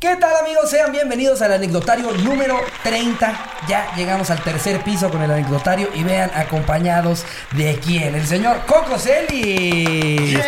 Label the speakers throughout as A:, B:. A: ¿Qué tal amigos? Sean bienvenidos al anecdotario número 30. Ya llegamos al tercer piso con el anecdotario y vean acompañados de quién, el señor Cocoselli.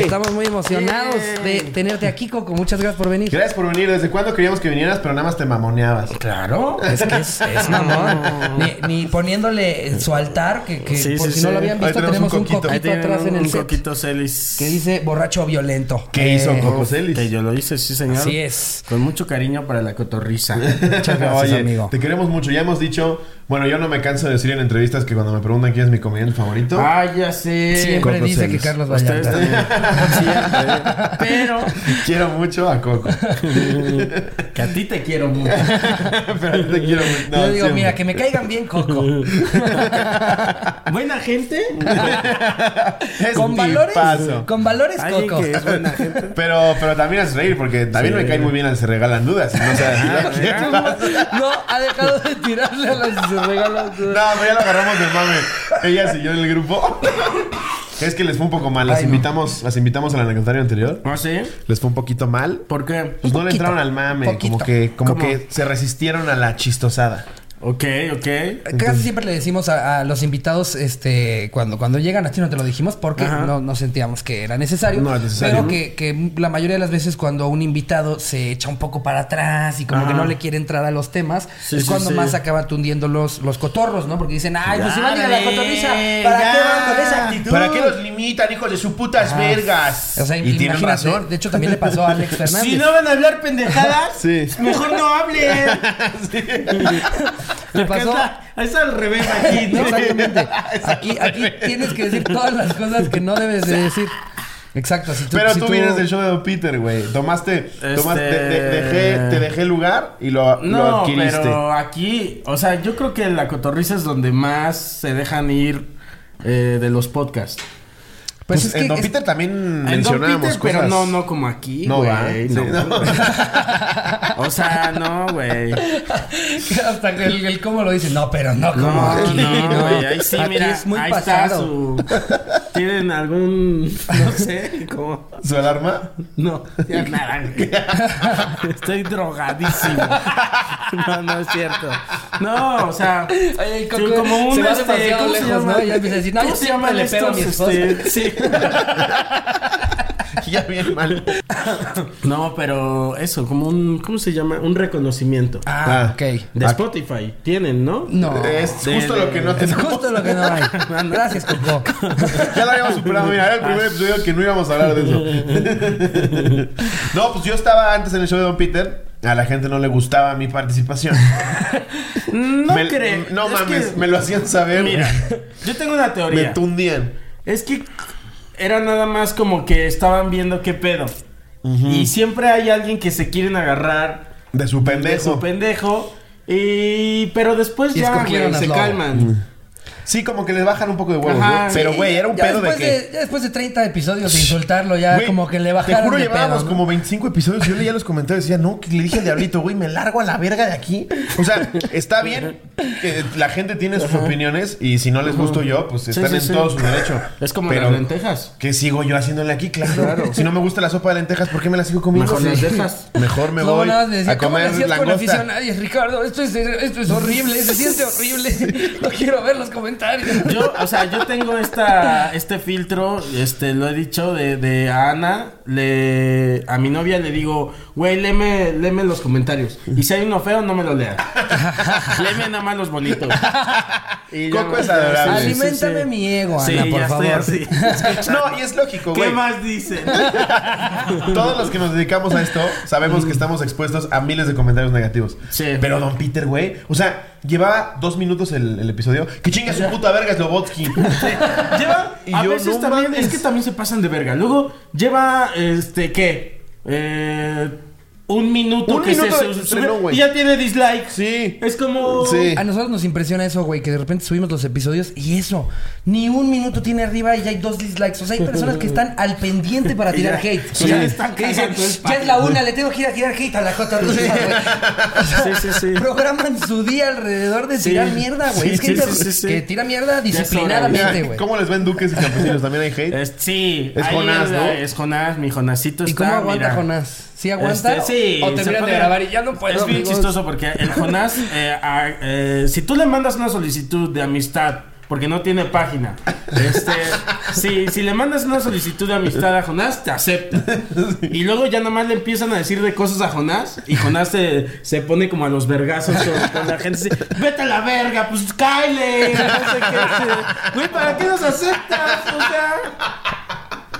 A: Estamos muy emocionados de tenerte aquí, Coco. Muchas gracias por venir.
B: Gracias por venir. ¿Desde cuándo queríamos que vinieras? Pero nada más te mamoneabas.
A: Claro, es que es, es mamón. Ni, ni poniéndole su altar, que, que
C: Sí,
A: por
C: sí,
A: si
C: sí.
A: no lo habían
B: Ahí
A: visto,
B: tenemos
A: tenemos
B: un
A: un
B: coquito.
A: coquito,
C: Ahí tienen
A: atrás en
C: un
A: el set
C: coquito Celis.
A: que dice borracho violento. Eh,
B: ¿Qué hizo Coco Celis?
C: Que yo lo hice, sí, señor.
A: Así es.
C: Con mucho cariño para la cotorriza.
A: Muchas gracias,
B: Oye,
A: amigo.
B: te queremos mucho. Ya hemos dicho, bueno, yo no me canso de decir en entrevistas que cuando me preguntan quién es mi comediante favorito,
C: ah, ya sé.
A: Siempre
B: Coco
A: dice
B: Celis.
A: que Carlos
C: Ustedes
A: Vallarta.
C: también. Siempre. Pero
B: quiero mucho a Coco.
C: que a ti te quiero mucho.
B: Pero yo te quiero mucho. No,
A: Yo digo,
B: siempre.
A: mira, que me caigan bien, Coco.
C: Buena gente.
B: Es
A: Con valores,
B: tipazo.
A: con valores,
C: Alguien
A: Coco.
C: que es buena gente.
B: Pero, pero también haces reír, porque también
C: Sí.
B: me caen muy bien al se regalan dudas. ¿no? O
A: Ah,
B: sea,
A: No, ha dejado de tirarle a los regalos.
B: no, pero ya lo agarramos del mame. Ellas y yo en el grupo. Es que les fue un poco mal. Las
A: Ay, no.
B: invitamos, las invitamos al anecdotario anterior.
C: ¿No sé?
B: Les fue un poquito mal.
C: ¿Ah, ¿Por qué?
B: Pues no le
A: poquito,
B: entraron al mame,
A: poquito.
B: como que como
C: ¿Cómo?
B: que se resistieron a la chistosada.
C: Ok, ok.
A: Casi siempre le decimos a, a los invitados, este, cuando, cuando llegan, a ti no te lo dijimos porque
C: Ajá.
A: no, no sentíamos que era necesario.
B: No era necesario,
A: Pero
B: ¿no?
A: que, que la mayoría de las veces cuando un invitado se echa un poco para atrás y como que
C: Ajá.
A: no le quiere entrar a los temas,
C: Sí,
A: es
C: sí,
A: cuando
C: sí.
A: más acaban tundiendo los, los cotorros, ¿no? Porque dicen, ay, pues
C: Ya,
A: si van a ir a la
C: dale,
A: cotorriza, ¿para
C: ya.
A: qué van con esa actitud?
B: ¿Para qué los limitan, hijos de sus putas vergas?
A: O sea,
B: y tienen
A: imagínate,
B: razón.
A: De hecho, también le pasó a Alex Fernández.
C: Si no van a hablar pendejadas,
B: Sí.
C: mejor no hablen.
A: le
C: Acá
A: pasó.
C: está- Es al revés aquí, ¿no?
A: Exactamente.
B: Ah,
A: Aquí, aquí tienes que decir todas las cosas que no debes de decir. Exacto. Si tú,
B: Pero
A: si
B: tú vienes del show de Don Peter, güey. Tomaste, tomaste
C: Este-
B: te, te- dejé, te dejé lugar y lo, lo
C: No,
B: adquiriste.
C: pero aquí, o sea, yo creo que la cotorriza es donde más se dejan ir eh, de los podcasts.
A: Pues, es
B: Pues en
A: que
B: Don
A: es-
B: Peter también
C: En Don
B: mencionábamos
C: Peter,
B: cosas.
C: Pero no, no como aquí,
B: No,
C: güey.
B: va. Sí,
C: No,
B: no.
C: güey. O sea, no, güey.
A: hasta que el, el cómo lo dice. No, pero no como
C: No,
A: aquí.
C: no,
A: no.
C: güey. Ahí sí,
A: Aquí
C: mira,
A: es muy
C: ahí está
A: pasado.
C: su... ¿Tienen algún, no sé, como...
B: ¿Su alarma?
C: No, ya nada. güey. Estoy drogadísimo. No, no es cierto. No, o sea,
A: Oye, el
C: sí,
A: Coco
C: como un
A: se va
C: este,
A: demasiado
C: ¿cómo se
A: lejos,
C: llama?
A: ¿no? Ya empieza a decir, no,
C: ¿Cómo
A: yo
C: se
A: siempre
C: llaman
A: le pego a mi
C: estos, este,
B: ya bien mal.
C: sí. No, pero eso, como un ¿cómo se llama? Un reconocimiento
A: Ah,
B: Ah.
A: ok.
C: de Spotify tienen, ¿no?
A: No.
B: es
C: de-
B: justo lo que no
A: Es
B: tenemos.
A: justo lo que no hay. Gracias, Coco.
B: Ya lo habíamos superado, mira, era el
C: Ah,
B: primer episodio que no íbamos a hablar de eso. No, pues yo estaba antes en el show de Don Peter. A la gente no le gustaba mi participación.
C: No
B: Me-
C: creo.
B: No
C: Es
B: mames,
C: que-
B: me lo hacían saber.
C: Mira, yo tengo una
B: me
C: teoría.
B: tundían.
C: Es que era nada más como que estaban viendo qué pedo. Y siempre hay alguien que se quieren agarrar
B: De su
C: de
B: pendejo.
C: su pendejo. Y pero después
A: Y
C: ya
A: escogieron
C: güey,
A: a
C: se
A: Slobo.
B: Mm.
C: calman.
B: Sí, como que les bajan un poco de huevos,
C: Ajá,
B: ¿no? Pero,
C: sí,
B: güey, era un
A: Ya
B: pedo de
A: después
B: que.
A: de, ya después de 30 episodios de insultarlo, ya
B: Güey,
A: como que le bajaron
B: Te juro,
A: de
B: llevábamos
A: pedo, ¿no?
B: como 25 episodios. y Yo leía los comentarios y decía, no, que le dije al diablito, güey, me largo a la verga de aquí. O sea, está bien que la gente tiene sus opiniones y si no les gusto yo, pues
C: Sí,
B: están
C: sí,
B: en
C: sí.
B: todo su derecho.
C: Es como
B: Pero,
C: las lentejas.
B: ¿Qué sigo yo haciéndole aquí? Claro. Si no me gusta la sopa de lentejas, ¿por qué me la sigo comiendo?
C: Mejor las dejas.
B: Mejor me
A: Luego
B: voy
A: nada más le decía,
B: a
A: ¿cómo le
B: comer
A: hacías con
B: langosta.
A: afición? Ay, Ricardo, esto es, esto es horrible, se siente horrible. No quiero ver los comentarios.
C: Yo, o sea, yo tengo esta este filtro, este lo he dicho de, de a Ana, le a mi novia le digo, "Güey, léeme, léeme los comentarios." Y si hay uno feo, no me lo leas. léeme nada más los bonitos. Y ya,
B: Coco es
C: ya,
B: adorable.
C: sí, sí, sí.
A: Aliméntame mi ego, Ana,
C: Sí,
A: por
C: ya
A: favor.
C: estoy así.
B: No, y es lógico,
C: ¿Qué
B: güey.
C: más dicen?
B: Todos los que nos dedicamos a esto sabemos que estamos expuestos a miles de comentarios negativos.
C: Sí.
B: Pero Don Peter, güey. O sea, llevaba dos minutos el, el episodio. ¡Que chinga su puta verga, Slobotsky!
C: Lleva
B: Y
C: a
B: yo,
C: veces
B: no
C: también
B: mames.
C: es que también se pasan de verga. Luego lleva este qué Eh, un minuto
B: Un
C: que
B: minuto
C: se
B: de
C: su-
B: estreno,
C: sube
B: güey.
C: y ya tiene dislike.
B: Sí.
C: Es como
B: Sí.
A: A nosotros nos impresiona eso, güey, que de repente subimos los episodios y eso, ni un minuto tiene arriba y ya hay dos dislikes. O sea, hay personas que están al pendiente para tirar
C: ya-
A: hate.
C: sí,
A: O sea,
C: ya le están
A: que dicen,
C: cagando el
A: ya es
C: palo".
A: la una, le tengo que ir a tirar hate a la Jota Ruiz", güey. O sea,
C: Sí, sí, sí.
A: Programan su día alrededor de
C: Sí.
A: tirar mierda, güey.
C: Sí,
A: es gente
C: sí, sí, sí, sí.
A: que tira mierda
C: es hora,
A: disciplinadamente, güey.
B: ¿Cómo les ven duques y campesinos? ¿También hay hate?
C: Es, sí,
B: Es
C: ahí
B: Jonás,
C: es,
B: ¿no?
C: Es Jonás, mi Jonásito
A: ¿Y
C: está.
A: cómo aguanta
C: mira.
A: Jonás? ¿Sí aguanta?
C: Este, sí, Sí.
A: O
C: se
A: terminan de
C: puede.
A: grabar y ya no puedo,
C: Es bien
A: amigos.
C: chistoso porque el Jonás, eh, a- eh, si tú le mandas una solicitud de amistad. Porque no tiene página. Este, sí, si le mandas una solicitud de amistad a Jonás, te acepta. Y luego ya nomás le empiezan a decir de cosas a Jonás. Y Jonás se, se pone como a los vergazos con, con la gente. así, Vete a la verga, pues cáele. No sé qué. Güey, ¿para qué nos aceptas? O sea.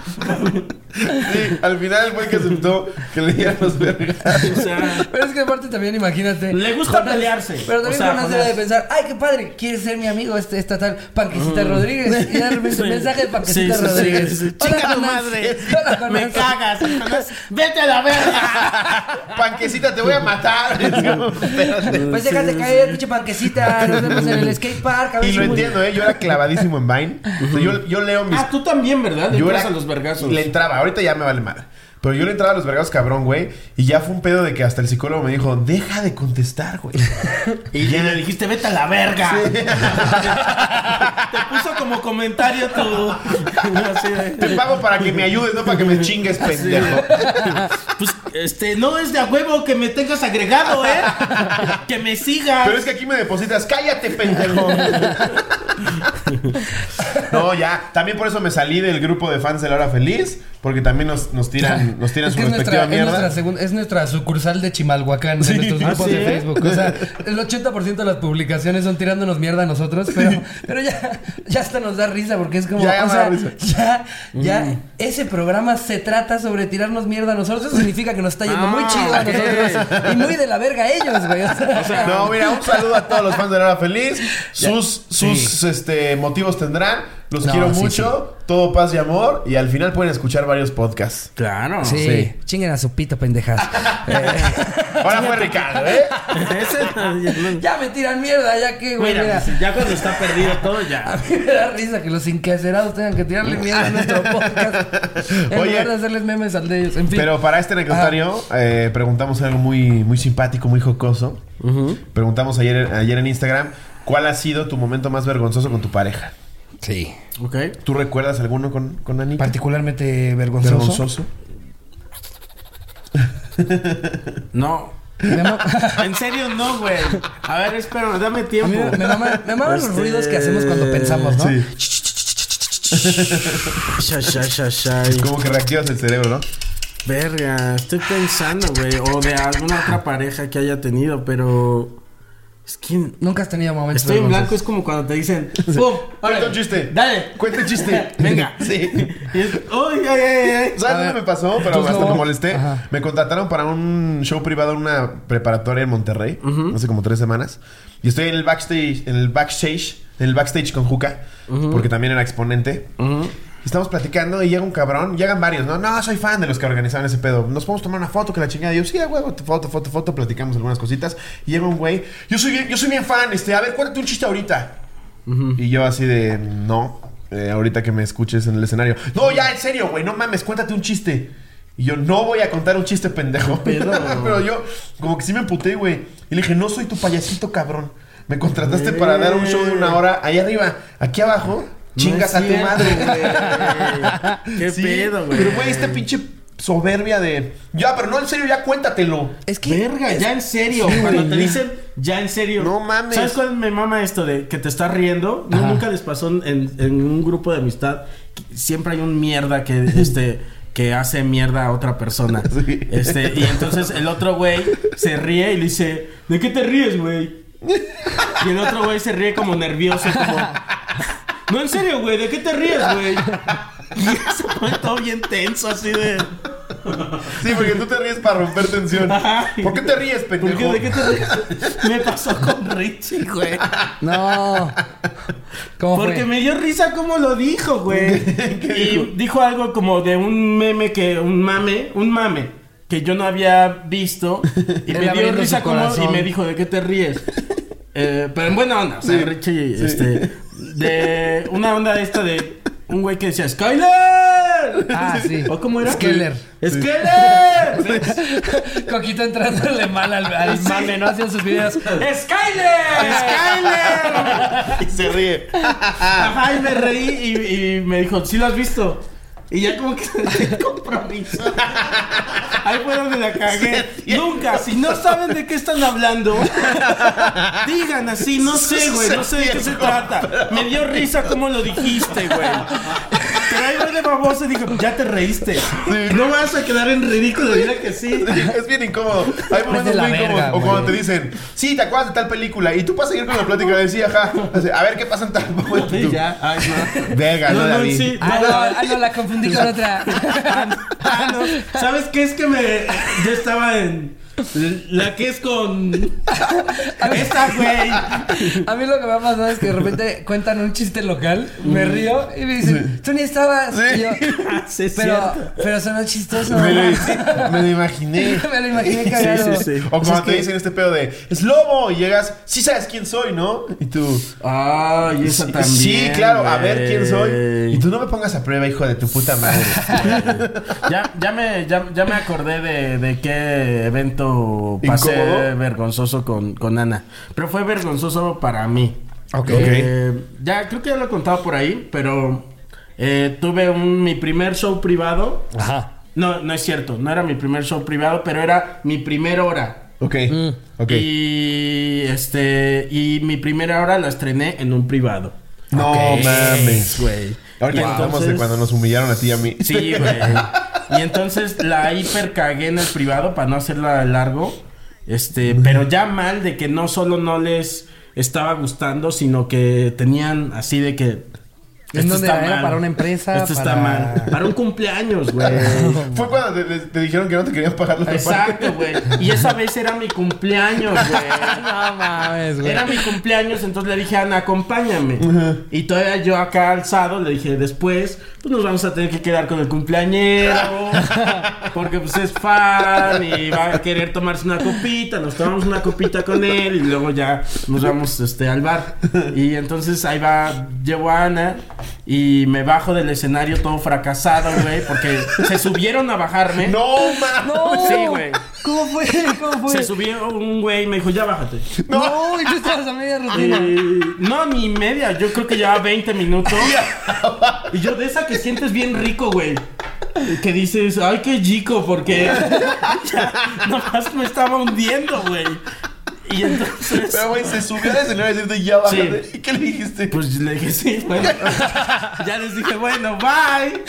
B: Sí, al final fue el que aceptó que le dieran los vergas.
C: O sea,
A: Pero es que aparte también imagínate.
C: Le gusta pelearse.
A: Pero
C: O
A: también
C: sea,
A: Jonás debe de
C: Jonás.
A: pensar, ay, qué padre, quiere ser mi amigo este, esta tal Panquecita Rodríguez. Y darme
C: Mm. Sí.
A: un mensaje de Panquecita
C: Sí, sí, sí,
A: Rodríguez.
C: sí, sí.
A: Hola,
C: Chica tu
A: Jonás.
C: madre.
A: Hola, Jonás.
C: Me cagas. Jonás. Vete a la verga.
B: Panquecita, te voy a matar. Es como, espérate.
A: Pues déjate caer, pinche panquecita. Nos vemos en el skate park. a ver
B: Y
A: si-
B: lo entiendo, ¿eh? Yo era clavadísimo en Vine. O sea, yo, yo leo mis
C: Ah, tú también, ¿verdad? Le
B: Yo
C: entras
B: era-
C: a los vergazos.
B: Le entraba, ahorita ya me vale madre. Pero yo le entraba a los vergazos cabrón, güey. Y ya fue un pedo de que hasta el psicólogo me dijo, deja de contestar, güey.
C: Y le dijiste, vete a la verga. Te puso como comentario tu. Así
B: Te
C: de-
B: pago para que me ayudes, no para que me chingues, pendejo.
C: Pues, este, no es de a huevo que me tengas agregado, ¿eh? Que me sigas.
B: Pero es que aquí me depositas, cállate, pendejo. No, ya. También por eso me salí del grupo de fans de la hora feliz. Porque también nos, nos tiran, nos tiran
A: Es
B: su
A: que es nuestra,
B: respectiva
A: es
B: mierda.
A: nuestra segun- es nuestra sucursal de Chimalhuacán en nuestros
C: ¿Ah,
A: grupos
C: sí?
A: de Facebook. O sea, el 80% de las publicaciones son tirándonos mierda a nosotros, pero, pero ya, ya hasta nos da risa porque es como,
B: Ya, ya
A: o
B: me
A: sea,
B: da risa.
A: ya,
B: Mm.
A: ya ese programa se trata sobre tirarnos mierda a nosotros. Eso significa que nos está yendo muy
C: Ah,
A: chido a
C: ok.
A: nosotros y muy de la verga a ellos, güey. O sea,
B: No, mira, un saludo a todos los fans de La Hora Feliz. Sus, sus este, motivos tendrán. Los
A: No,
B: quiero
A: sí,
B: mucho. Todo paz y amor. Y al final pueden escuchar varios podcasts.
C: Claro.
A: Sí,
B: sí.
A: chinguen a su pito, pendejas. Eh,
B: Ahora fue Ricardo, ¿eh?
C: Ese-
A: ya me tiran mierda, ya que, güey,
C: Mira,
A: mira.
C: pues, ya cuando está perdido todo, ya.
A: A mí me da risa que los inquacerados tengan que tirarle mierda a nuestro podcast. En
B: Oye.
A: lugar de hacerles memes al de ellos. En fin.
B: Pero para este anecdotario eh, preguntamos algo muy, muy simpático, muy jocoso.
A: Mm.
B: Preguntamos ayer, ayer en Instagram. ¿Cuál ha sido tu momento más vergonzoso con tu pareja?
A: Sí.
C: Ok.
B: ¿Tú recuerdas alguno con, con Anita?
A: Particularmente vergonzoso.
B: ¿Vergonzoso?
C: No.
A: Me, ma-
C: En serio, no, güey. A ver, espérame, dame
A: a mí
C: tiempo.
A: me, me mama- me maman los
C: Este-
A: ruidos que hacemos cuando pensamos, ¿no?
B: Sí.
C: Sha, sha, sha, sha.
B: Como que reactivas el cerebro, ¿no?
C: Verga, estoy pensando, güey. O de alguna otra pareja que haya tenido, pero. Es que.
A: Nunca has tenido momentos
C: Estoy en blanco,
A: vergonzosos.
C: es como cuando te dicen. ¡Pum!
B: Cuenta un chiste.
C: ¡Dale!
B: Cuenta un chiste.
C: Venga.
B: Sí.
C: Y es, ¡Uy, ay, ay, ay!
A: A
B: ¿Sabes
A: ver,
B: dónde me pasó? Pero
A: tus
B: hasta
A: lobos.
B: me molesté.
A: Ajá.
B: Me contrataron para un show privado en una preparatoria en Monterrey hace como tres semanas. Y estoy en el backstage, en el backstage, en el backstage con Juca, porque también era exponente. Estamos platicando y llega un cabrón, llegan varios, ¿no? No, soy fan de los que organizaban ese pedo. Nos podemos tomar una foto que la chingada. Y yo, sí, a huevo, foto, foto, foto, platicamos algunas cositas. Y llega un güey, yo soy bien, yo soy bien fan, este, a ver, cuéntate un chiste ahorita. Y yo así de, no, eh, ahorita que me escuches en el escenario. No, ya, en serio, güey, no mames, cuéntate un chiste. Y yo, no voy a contar un chiste pendejo.
C: pedo?
B: Pero yo, como que sí me emputé, güey. Y le dije, no soy tu payasito, cabrón. Me contrataste para dar un show de una hora ahí arriba, aquí abajo. Chingas
C: No
B: a
C: es
B: tu madre,
C: cierto,
B: güey.
C: güey. ¡Qué
B: Sí,
C: pedo, güey!
B: Pero, güey, esta pinche soberbia de. Ya, pero no, en serio, ya cuéntatelo.
A: Es que.
C: Verga, ya en serio. Cuando te dicen, ya en serio.
B: No mames.
C: ¿Sabes cuál me mama esto de que te estás riendo? No,
A: Ajá.
C: nunca les pasó en, en un grupo de amistad. que Siempre hay un mierda que este. Que hace mierda a otra persona.
B: Sí.
C: Este, y entonces el otro güey se ríe y le dice: ¿De qué te ríes, güey? Y el otro güey se ríe como nervioso, como. No, en serio, güey, ¿de qué te ríes, güey? Y se pone todo bien tenso, así de.
B: Sí, porque tú te ríes para romper tensión.
C: Ay.
B: ¿Por qué te ríes,
C: ¿Por
B: pendejo?
C: qué? ¿De qué te ríes? Me pasó con Richie, güey.
A: No. ¿Cómo fue?
C: Porque me dio risa cómo lo dijo, güey. y dijo? algo como de un meme que. Un mame. Un mame. Que yo no había visto. Y
A: Él
C: me dio
A: abriendo
C: risa
A: su
C: como. Y
A: corazón.
C: me dijo, ¿de qué te ríes? Eh, pero en buena onda. O sea, Richie, este. De una onda esta de. Un güey que decía, ¡Skyler!
A: Ah, sí.
C: ¿O cómo era?
A: Skyler.
C: ¡Skyler!
A: Coquito entrándole mal al, al mame, ¿no? Hacían sus videos.
C: ¡Skyler!
B: Y se ríe.
C: Ah. Ajá, y me reí y, y me dijo, ¿sí lo has visto? Y ya como que se compromiso. Ahí fue donde la cagué. Nunca, si no saben de qué están hablando, digan así, no sé, güey, no sé de qué se trata. Me dio risa cómo lo dijiste, güey. Pero ahí fue de baboso y dijo, ya te reíste. No vas a quedar en ridículo, dile que sí.
B: Es bien incómodo. Hay momentos
D: la
B: muy incómodos.
D: verga,
B: o cuando te
D: güey.
B: dicen, sí, te acuerdas de tal película. Y tú vas a seguir con la plática y decir, ajá. Así, A ver qué pasa en tal momento.
C: Sí,
B: Tú,
C: ya, ay, no.
B: Verga, no,
C: No, no,
B: la vi.
C: sí.
D: Ah, no, ah, no, la confundí con otra.
C: Ah, no. ¿Sabes qué? Es que me. Yo estaba en. La que es con. Esta, güey.
D: A mí lo que me ha pasado es que de repente cuentan un chiste local, me río y me dicen, tú ni estabas.
B: Sí.
D: Y yo,
C: Sí, es
D: pero,
C: cierto.
D: pero sonó chistoso.
B: Me lo,
D: me
B: me lo imaginé.
D: lo imaginé cagado.
C: sí, sí.
B: O
D: Pues es
B: cuando te
D: que-
B: dicen este pedo de, es lobo. Y llegas, sí sabes quién soy, ¿no? Y tú,
C: Ay, esa
B: sí,
C: también.
B: sí, claro, a
C: güey.
B: ver quién soy. Y tú no me pongas a prueba, hijo de tu puta madre.
C: Ya, ya, me, ya, ya me acordé de, de qué evento pasé
B: ¿Incómodo?
C: vergonzoso con, con Ana. Pero fue vergonzoso para mí.
B: Ok.
C: Eh, ya, creo que ya lo he contado por ahí, pero eh, tuve un, mi primer show privado.
A: Ajá.
C: No, no es cierto. No era mi primer show privado, pero era mi primera hora.
B: Ok, ok.
C: Mm. Y este. Y mi primera hora la estrené en un privado.
B: No Oh, mames.
C: güey.
B: Ahorita
C: Y
B: contamos de
C: entonces-
B: cuando nos humillaron a ti y a mí.
C: Sí, güey. Y entonces la hiper cagué en el privado para no hacerla largo. Este, pero ya mal de que no solo no les estaba gustando, sino que tenían así de que.
D: ¿En dónde era? ¿Era para una empresa?
C: Esto está
D: Para-
C: mal. Para un cumpleaños, güey.
B: Fue cuando te, te- te dijeron que no te querían pagar la
C: Exacto, güey. Y esa vez era mi cumpleaños, güey.
D: No mames, güey.
C: Era mi cumpleaños, entonces le dije a Ana, acompáñame. Y todavía yo acá alzado le dije, después, pues nos vamos a tener que quedar con el cumpleañero. porque pues es fan y va a querer tomarse una copita. Nos tomamos una copita con él y luego ya nos vamos este, al bar. Y entonces ahí va, llevo a Ana y me bajo del escenario todo fracasado, güey. Porque se subieron a bajarme.
B: No mames.
D: No.
C: Sí, güey.
D: ¿Cómo fue? ¿Cómo fue?
C: Se subió un güey y me dijo, ya bájate.
D: No, y tú estabas a media rutina.
C: Eh, no, ni media. Yo creo que llevaba 20 minutos. y yo de esa que sientes bien rico, güey. Que dices, ay, qué chico, porque nomás me estaba hundiendo, güey. Y entonces,
B: Pero, güey, se subió al escenario a decirte ya bájate. ¿Y qué le dijiste?
C: pues le dije, sí, bueno. ya les dije, bueno, bye.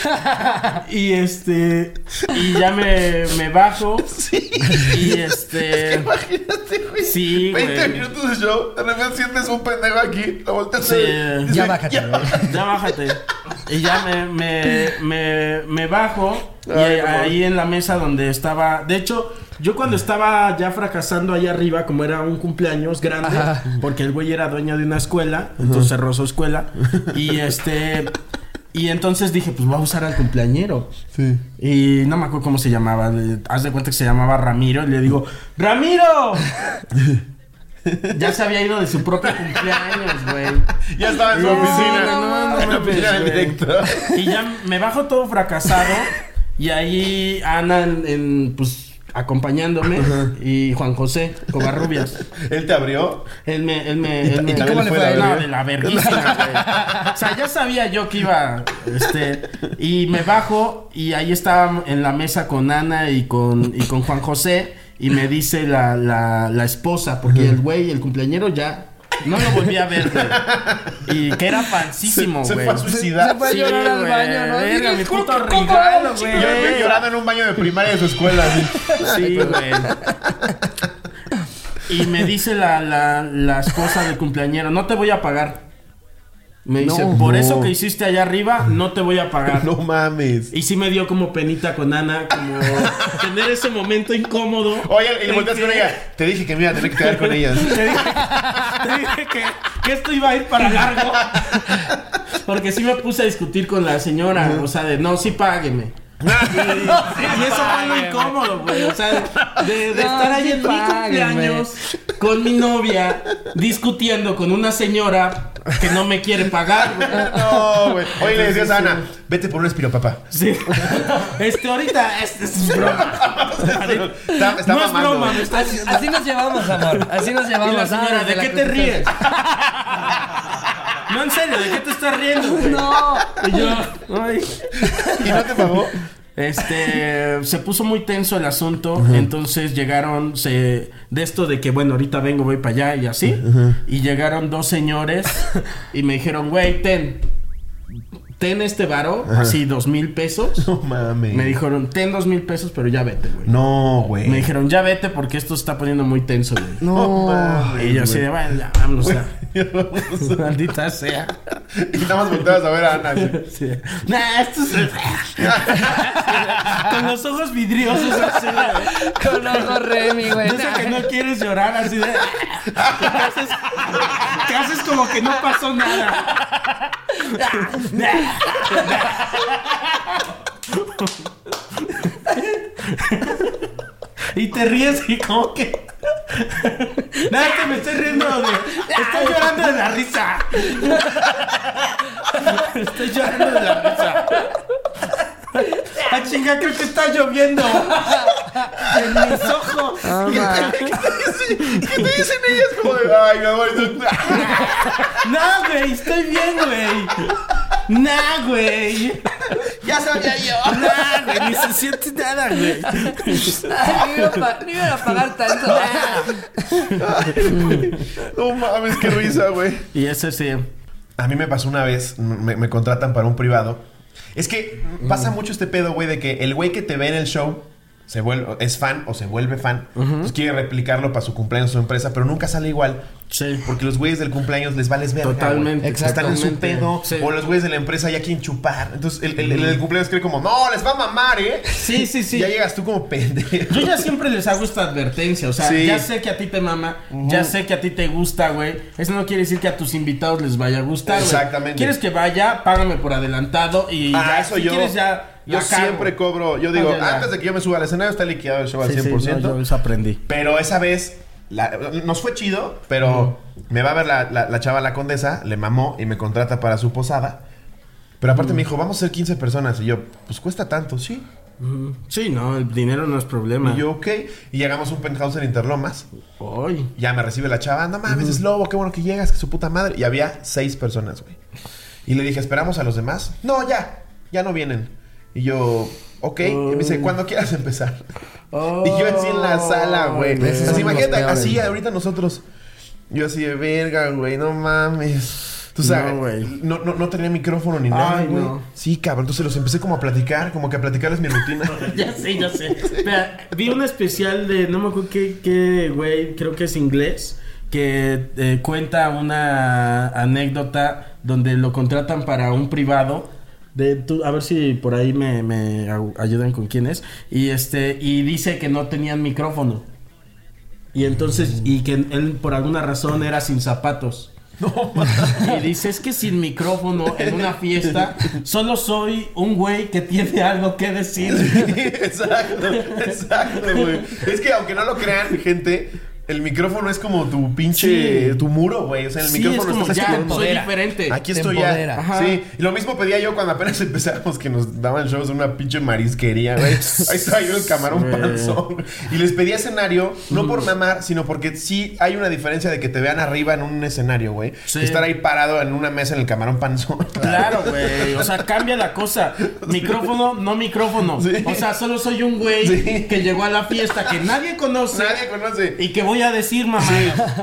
C: Y este, y ya me, me bajo.
B: sí.
C: Y este,
B: Imagínate, güey.
C: Sí,
B: 20
C: güey.
B: minutos de show. De repente sientes un pendejo aquí. La volteas.
C: Sí.
B: y dices,
D: Ya bájate, güey.
C: Ya bájate. Y ya me, me, me, me bajo. Y
B: Ay, no.
C: ahí en la mesa donde estaba. De hecho, yo cuando estaba ya fracasando allá arriba, como era un cumpleaños grande, porque el güey era dueño de una escuela, entonces cerró su escuela. Y este. Y entonces dije, pues voy a usar al cumpleañero.
B: Sí.
C: Y no me acuerdo cómo se llamaba. le- Haz de cuenta que se llamaba Ramiro. Y le digo, ¡Ramiro! ya se había ido de su propio cumpleaños, güey.
B: Ya estaba en su
C: Sí,
B: oficina.
C: no, no, no
B: en la
C: mames,
B: oficina del
C: güey.
B: director.
C: Y ya me bajo todo fracasado. Y ahí Ana, en, en, pues, acompañándome. Y Juan José, Covarrubias.
B: Él te abrió.
C: Él me. Él me, él
B: ¿Y
C: me-
B: también
D: cómo
B: le
D: le
B: fue
D: fue
B: la
D: a él?
C: No,
B: verga?
C: de la verguísima, güey. O sea, ya sabía yo que iba. Este. Y me bajo. Y ahí estaba en la mesa con Ana y con, y con Juan José. Y me dice la, la, la esposa. Porque el güey, el cumpleañero ya. No lo volví a ver, güey. Y que era falsísimo,
B: Se
C: güey.
B: fue a suicidar.
D: Fue a llorar al
C: güey.
D: baño, ¿no?
C: Verga, mi
D: ¿Cómo-
C: puto
D: cómo
C: regalo,
D: era,
C: güey.
B: Yo estoy llorando en un baño de primaria de su escuela. así.
C: Sí, güey. Y me dice la, la, la esposa del cumpleañero, no te voy a pagar. Me dice,
B: No.
C: por
B: No.
C: eso que hiciste allá arriba, no te voy a pagar.
B: No mames.
C: Y sí me dio como penita con Ana, como tener ese momento incómodo.
B: Oye, y
C: en
B: volteas
C: que-
B: con ella. Te dije que me iba a tener que quedar con ellas.
C: Te dije, te dije que, que esto iba a ir para largo. Porque sí me puse a discutir con la señora, o sea, de no, sí págueme. Y eso fue lo incómodo, güey. O sea, de, de
D: No,
C: estar ahí
D: sí,
C: en mi
D: páguenme.
C: cumpleaños con mi novia discutiendo con una señora que no me quiere pagar, güey.
B: No, güey. Oye, le decías a Ana, vete por un espiro, papá.
C: Sí. Este, ahorita, este es broma.
B: Está, está
C: no es
B: mamando,
C: broma,
B: güey.
C: me está
D: Así, así nos llevamos, amor. Así nos
C: Y
D: llevamos.
C: la señora,
D: Ah,
C: ¿de
D: la
C: qué te
D: crujita.
C: ríes? No, en serio, ¿de qué te estás riendo, güey?
A: No.
C: Y yo, ay.
B: ¿Y no te pagó?
C: Este, se puso muy tenso el asunto, entonces llegaron, se, de esto de que, bueno, ahorita vengo, voy para allá y así, y llegaron dos señores y me dijeron, güey, ten, ten este varo, así, dos mil pesos.
B: No mames.
C: Me dijeron, ten dos mil pesos, pero ya vete, güey.
B: No, güey.
C: Me dijeron, ya vete porque esto se está poniendo muy tenso, güey.
B: No mames.
C: y yo así de,
B: güey.
C: bueno, ya, vámonos ya.
B: Maldita sea. Y nada más volteabas a ver a Ana. güey.
C: Sí. Nah, esto es... Con los ojos vidriosos así, güey.
A: Con ojo Remy, güey.
C: De eso que no quieres llorar así de. Que haces, que haces como que no pasó nada. Y te ríes y como que. Nada, que me estoy riendo de. Estoy llorando de la risa. Estoy llorando de la risa. Ah, chinga, creo que está lloviendo. En mis ojos.
A: No, ma.
B: ¿Qué te dicen ellas? Como de, ay, mi amor. no-
C: No, güey, estoy bien, güey. Nah, güey.
B: Ya sabía yo.
C: Nah, güey, ni se siente nada, güey.
A: Ay, no iba a pa- no iban a pagar tanto.
B: No mames, qué risa, güey.
C: Y eso sí.
B: A mí me pasó una vez, me, me contratan para un privado. Es que
C: Mm.
B: pasa mucho este pedo, güey, de que el güey que te ve en el show se vuelve, es fan o se vuelve fan. Entonces quiere replicarlo para su cumpleaños su empresa, pero nunca sale igual.
C: Sí.
B: Porque los güeyes del cumpleaños les vales verga. güey.
C: Totalmente.
B: Están en su
C: Exactamente.
B: pedo.
C: Sí.
B: O los güeyes de la empresa ya quieren chupar. Entonces el, el- el del cumpleaños cree como, no, les va a mamar, ¿eh?
C: Sí, sí, sí.
B: Ya llegas tú como pendejo.
C: Yo ya siempre les hago esta advertencia, o sea,
B: Sí.
C: ya sé que a ti te mama, ya sé que a ti te gusta, güey. Eso no quiere decir que a tus invitados les vaya a gustar, güey.
B: Exactamente.
C: ¿Quieres que vaya? Págame por adelantado y
B: Ah,
C: ya,
B: eso
C: si
B: yo.
C: quieres ya
B: yo
C: la cago.
B: siempre cobro. Yo digo,
C: Ah, ya, ya.
B: antes de que yo me suba al escenario, está liquidado el show al
C: Sí,
B: 100%.
C: sí, no, yo eso aprendí.
B: Pero esa vez la- nos fue chido, pero me va a ver la, la- la chava, la condesa, le mamó y me contrata para su posada. Pero aparte me dijo, vamos a ser 15 personas. Y yo, pues cuesta tanto, sí.
C: Sí, no, el dinero no es problema.
B: Y yo, ok. Y llegamos a un penthouse en Interlomas.
C: Ay.
B: Ya me recibe la chava, no mames, es lobo, qué bueno que llegas, que su puta madre. Y había seis personas, güey. Y le dije, ¿esperamos a los demás? No, ya, ya no vienen. Y yo, ok. Y me dice, cuando quieras empezar. Y yo así en la sala,
C: Oh,
B: güey.
D: Esos son
B: Así, imagínate,
D: los peores.
B: así ahorita nosotros. Yo así de verga, güey, no mames. Tú sabes,
C: No, güey.
B: no, no, no tenía micrófono ni nada,
C: Ay,
B: güey.
C: no.
B: Sí, cabrón. Entonces los empecé como a platicar, como que a platicarles mi rutina.
C: Ya sé, ya sé. Espera, vi un especial de, no me acuerdo qué, qué güey, creo que es inglés, que eh, cuenta una anécdota donde lo contratan para un privado. De, tú- a ver si por ahí me, me au- ayudan con quién es. Y, este, y dice que no tenían micrófono. Y entonces, y que él por alguna razón era sin zapatos. Y dice, es que sin micrófono en una fiesta, solo soy un güey que tiene algo que decir.
B: exacto, exacto, güey. Es que aunque no lo crean, gente, el micrófono es como tu pinche, tu muro, güey. O sea, el
C: Sí,
B: micrófono
C: es como
B: estás
C: ya,
B: como-
C: soy
D: empodera.
C: diferente.
B: Aquí
D: Te
B: estoy ya.
D: empodera.
C: Ajá.
B: Sí, y lo mismo pedía yo cuando apenas empezábamos que nos daban shows en una pinche marisquería, güey. Ahí estaba yo en el camarón
C: Güey.
B: panzón. Y les pedía escenario, no
D: Mm.
B: por mamar, sino porque sí hay una diferencia de que te vean arriba en un escenario, güey.
C: Sí.
B: que Estar ahí parado en una mesa en el camarón panzón.
C: Claro, güey. O sea, cambia la cosa. Micrófono, no micrófono.
B: Sí.
C: O sea, solo soy un güey
B: Sí.
C: que llegó a la fiesta que nadie conoce
B: Nadie conoce.
C: y que voy a decir, mamá.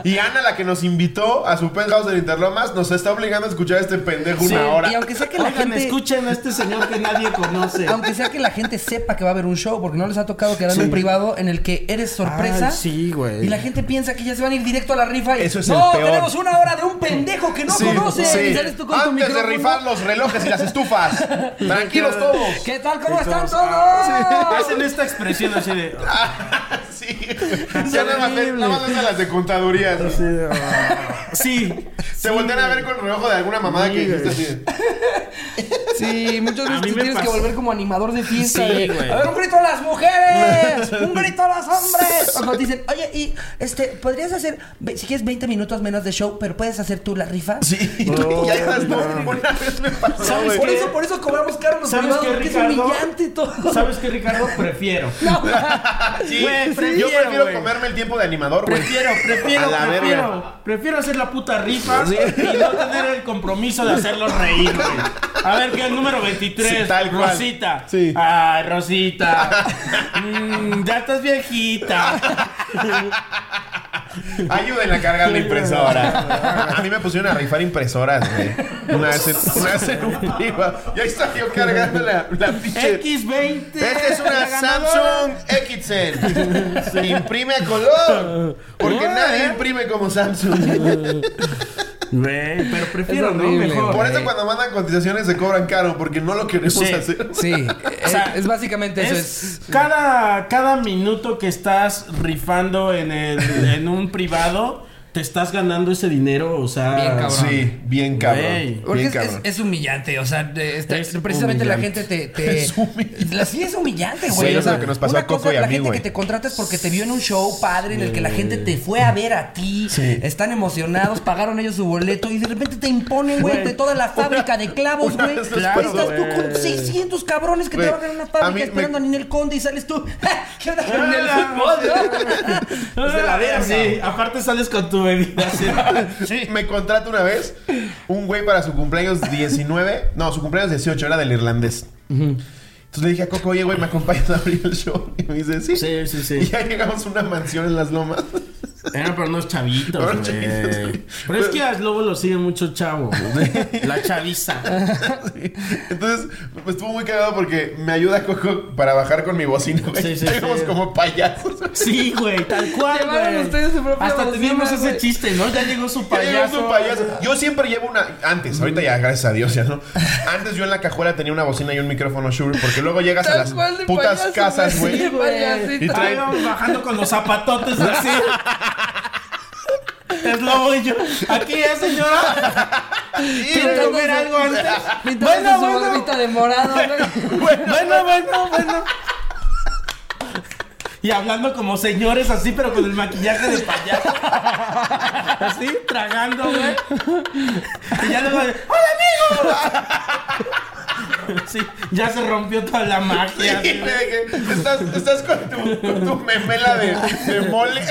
B: Y Ana, la que nos invitó a su penthouse de Interlomas, nos está obligando a escuchar a este pendejo
C: Sí,
B: una hora.
D: Y aunque sea que la
C: Oigan,
D: gente.
C: escuchen a este señor que nadie conoce.
D: Aunque sea que la gente sepa que va a haber un show, porque no les ha tocado quedar en un privado en el que eres sorpresa.
C: Ay, sí, güey.
D: Y la gente piensa que ya se van a ir directo a la rifa. Y,
B: Eso es
D: no,
B: el peor.
D: tenemos una hora de un pendejo que no
B: Sí,
D: conoces.
B: sí.
D: Y sales tú con tu
B: Antes de
D: micrófono.
B: rifar los relojes y las estufas. Tranquilos todos.
D: ¿Qué tal? ¿Cómo están todos?
C: Hacen esta expresión así de.
B: Sí. Ya nada más, ves- nada más ves a las de contaduría. así.
C: Sí.
B: Se voltean a ver con el reloj de alguna mamada que dijiste así. de-
D: Sí, muchas
C: A
D: veces
C: mí
D: te
C: me
D: tienes que
C: pasó.
D: volver como animador de fiesta.
C: Sí,
D: de,
C: güey.
D: a ver, un grito a las mujeres.
A: ¡Un grito a los hombres! O cuando te dicen, oye, y este, podrías hacer, ve- si quieres 20 minutos menos de show, pero puedes hacer tú la rifa.
B: Sí, y tú ya llevas no, una vez me pasó,
C: ¿Sabes
B: güey.
A: Por eso, por eso cobramos caro los
C: ¿Sabes
A: privados,
C: qué,
A: porque es
C: Ricardo?
A: humillante todo.
C: ¿Sabes qué, Ricardo? Prefiero.
B: Sí,
C: Güey, prefiero,
B: yo prefiero
C: güey.
B: comerme el tiempo de animador, güey.
C: Prefiero, prefiero,
B: A la
C: prefiero.
B: verga.
C: Prefiero hacer la puta rifa y no tener el compromiso de hacerlos reír, güey. A ver, ¿qué? El número 23.
B: Sí, tal cual.
C: Rosita.
B: Sí.
C: Ay, Rosita. Mm, ya estás viejita.
B: Ayúdenla a cargar la impresora. A mí me pusieron a rifar impresoras, güey. Una vez en, una vez en un privado. Y ahí estaba yo cargando la, la pinche.
C: X20.
B: Esta es
C: la
B: una
C: ganadora.
B: Samsung XN. Imprime a color. Porque
C: Ah,
B: nadie
C: ¿eh?
B: imprime como Samsung.
C: Güey, pero prefiero,
A: Es
C: ¿no?
A: horrible,
C: Mejor.
B: Por eso cuando mandan cotizaciones se cobran caro. Porque no lo queremos
C: Sí.
B: hacer.
A: Sí,
C: O sea,
A: es, es básicamente eso. Es,
C: Es cada, cada minuto que estás rifando en, el, en un privado, te estás ganando ese dinero, o sea...
A: Bien, cabrón.
B: Sí, bien cabrón.
C: Güey.
A: porque
B: Bien
A: es,
B: cabrón.
A: es- es humillante, o sea, de- esta-
C: Es
A: precisamente la
C: humillante.
A: gente te... te-
B: Es humillante.
A: La- sí, es humillante, güey.
B: Sí,
A: o
B: es
A: sea,
B: lo que nos pasó
A: una
B: a Coco
A: cosa,
B: y a
A: La
B: mí,
A: gente
B: güey.
A: que te contratas porque te vio en un show padre en el que la gente te fue a ver a ti.
B: Sí.
A: Están emocionados, pagaron ellos su boleto y de repente te imponen, güey,
C: Güey.
A: de toda la fábrica de clavos,
B: una
A: güey.
B: vez nos
A: Claro,
B: pasó,
A: Estás tú con
C: güey.
A: 600 cabrones que
B: Güey,
A: trabajan en una
B: a mí
A: fábrica
B: me-
A: esperando a Ninel Conde y sales tú... ¿Qué onda con el
C: Ah,
A: fútbol, no? Es de la verga.
C: Sí, aparte sales con tu bebida. así.
B: Sí, me contrata una vez un güey para su cumpleaños 19. No, su cumpleaños 18, era del irlandés. Entonces le dije a Coco, oye, güey, ¿me acompañas a abrir el show? Y me dice, sí.
C: Sí, sí, sí.
B: Y ya llegamos a una mansión en las lomas.
C: Era para unos chavitos,
B: Para
C: güey.
B: unos chavitos, güey.
C: Pero es que a Slobo lo siguen mucho chavo. güey. La chaviza.
B: Sí. Entonces, pues, estuvo muy cagado porque me ayuda Coco para bajar con mi bocina, güey.
C: Sí, sí,
B: Llegamos
C: sí.
B: como payasos.
C: Sí, güey, tal cual,
A: Llevaron
C: güey.
A: ustedes su propia
C: Hasta
A: bocina,
C: teníamos ese
A: güey.
C: chiste, ¿no? Ya llegó su
B: Ya llegó
C: payaso.
B: su payaso. Yo siempre llevo una. Antes, ahorita ya, gracias a Dios, ya no. Antes yo en la cajuela tenía una bocina y un micrófono Shure, porque luego llegas a
A: Tal
B: las
A: cual de
B: putas
A: payaso,
B: casas,
A: güey.
B: güey.
A: Sí, payasito.
B: Y
C: Ah,
B: trae-
C: íbamos bajando con los zapatotes así. Es lobo y yo. Aquí es, señora. ¿Quiere
A: Pintándose-
C: comer algo antes?
A: Pintándose
C: Bueno,
A: su
C: bueno.
A: barbita de morado, güey.
C: Bueno, bueno, bueno. Y hablando como señores así, pero con el maquillaje de payaso. Así, tragando, güey. Y ya luego, de, ¡Hola, amigos! Sí, ya se rompió toda la magia.
B: Y
C: así,
B: le
C: güey.
B: dije, estás, estás con, tu, con tu memela de, de mole.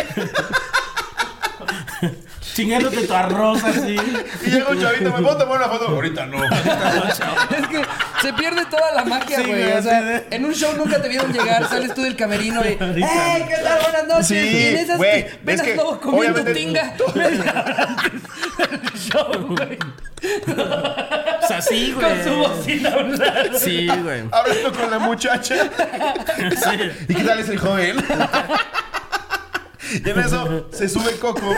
C: Chingándote tu arroz así.
B: Y llega un chavito, ¿me puedo tomar una foto? Ahorita no.
A: Es que se pierde toda la magia,
C: Sí,
A: güey.
C: güey,
A: o sea,
C: así de-
A: en un show nunca te vieron llegar. Sales tú del camerino y. ¡Eh,
C: Ahorita.
A: qué tal! Buenas noches.
B: Sí,
A: y en esas
B: güey,
A: te-
B: ves
A: ven
B: que
A: a Slobo comiendo
B: obviamente-
A: tinga.
C: O sea, sí, güey.
A: Con su bocina a un lado.
C: Sí, güey.
B: Hablando con la muchacha.
C: Sí.
B: ¿Y qué tal es el joven? Y en eso se sube Coco.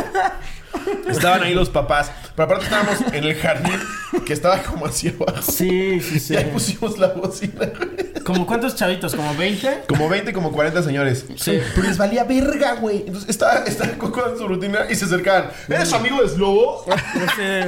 B: Estaban ahí los papás. Pero aparte estábamos en el jardín que estaba como hacia abajo.
C: Sí, sí, sí.
B: Y ahí pusimos la bocina.
C: ¿Como cuántos chavitos? ¿Como 20?
B: Como 20, como 40 señores.
C: Sí.
B: Pero les valía verga, güey. Entonces estaba, estaba Coco en su rutina y se acercaban. ¿Eres amigo de Slobo?
C: No sé.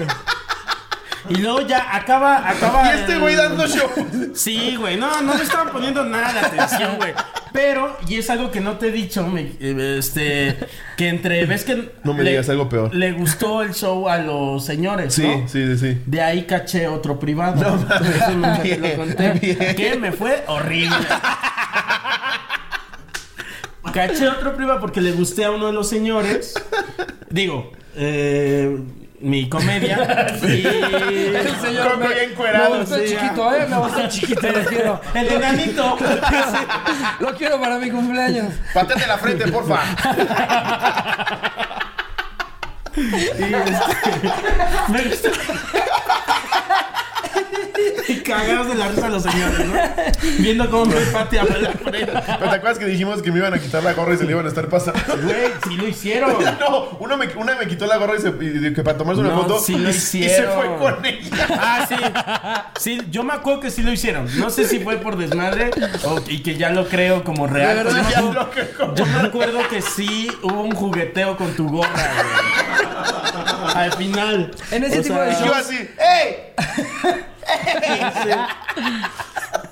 C: Y luego ya acaba, acaba.
B: Y este
C: el-
B: güey dando show.
C: Sí, güey. No, no me estaban poniendo nada de atención, güey. Pero, y es algo que no te he dicho, me- eh, este, que entre ves que
B: No me digas algo peor.
C: Le gustó el show a los señores,
B: Sí,
C: ¿no?
B: sí, sí, sí.
C: De ahí caché otro privado. No mames. Eso nunca te lo
B: Bien,
C: conté.
B: bien.
C: Que me fue horrible. caché otro privado porque le gusté a uno de los señores. Digo, eh, mi comedia. Y-
A: El señor.
B: Coco
A: me-
B: ya encuerado,
A: Me gustó
C: sí,
A: chiquito, ¿eh? Me gustó chiquito. Lo quiero.
C: El enanito.
A: Lo quiero para mi cumpleaños.
B: Pateate la frente, porfa.
C: Me gusta. Y cagados de la risa los señores, ¿no? Viendo cómo me pateaba la frente.
B: ¿Pero te acuerdas que dijimos que me iban a quitar la gorra y se le iban a estar pasando?
C: Güey, sí lo hicieron.
B: No, uno me, una me quitó la gorra y se, y- y que para tomarse una
C: No,
B: foto
C: sí lo
B: y, y se
C: hicieron.
B: fue con ella.
C: Ah, sí. Sí, yo me acuerdo que sí lo hicieron. No sé si fue por desmadre o, y que ya lo creo como real.
A: De verdad.
C: Yo me
B: Ya
C: acuerdo-
B: lo que como-
C: Yo me acuerdo que sí hubo un jugueteo con tu gorra, güey. Al final.
A: En ese tipo de
B: Y yo
A: shows.
B: así, ¡ey!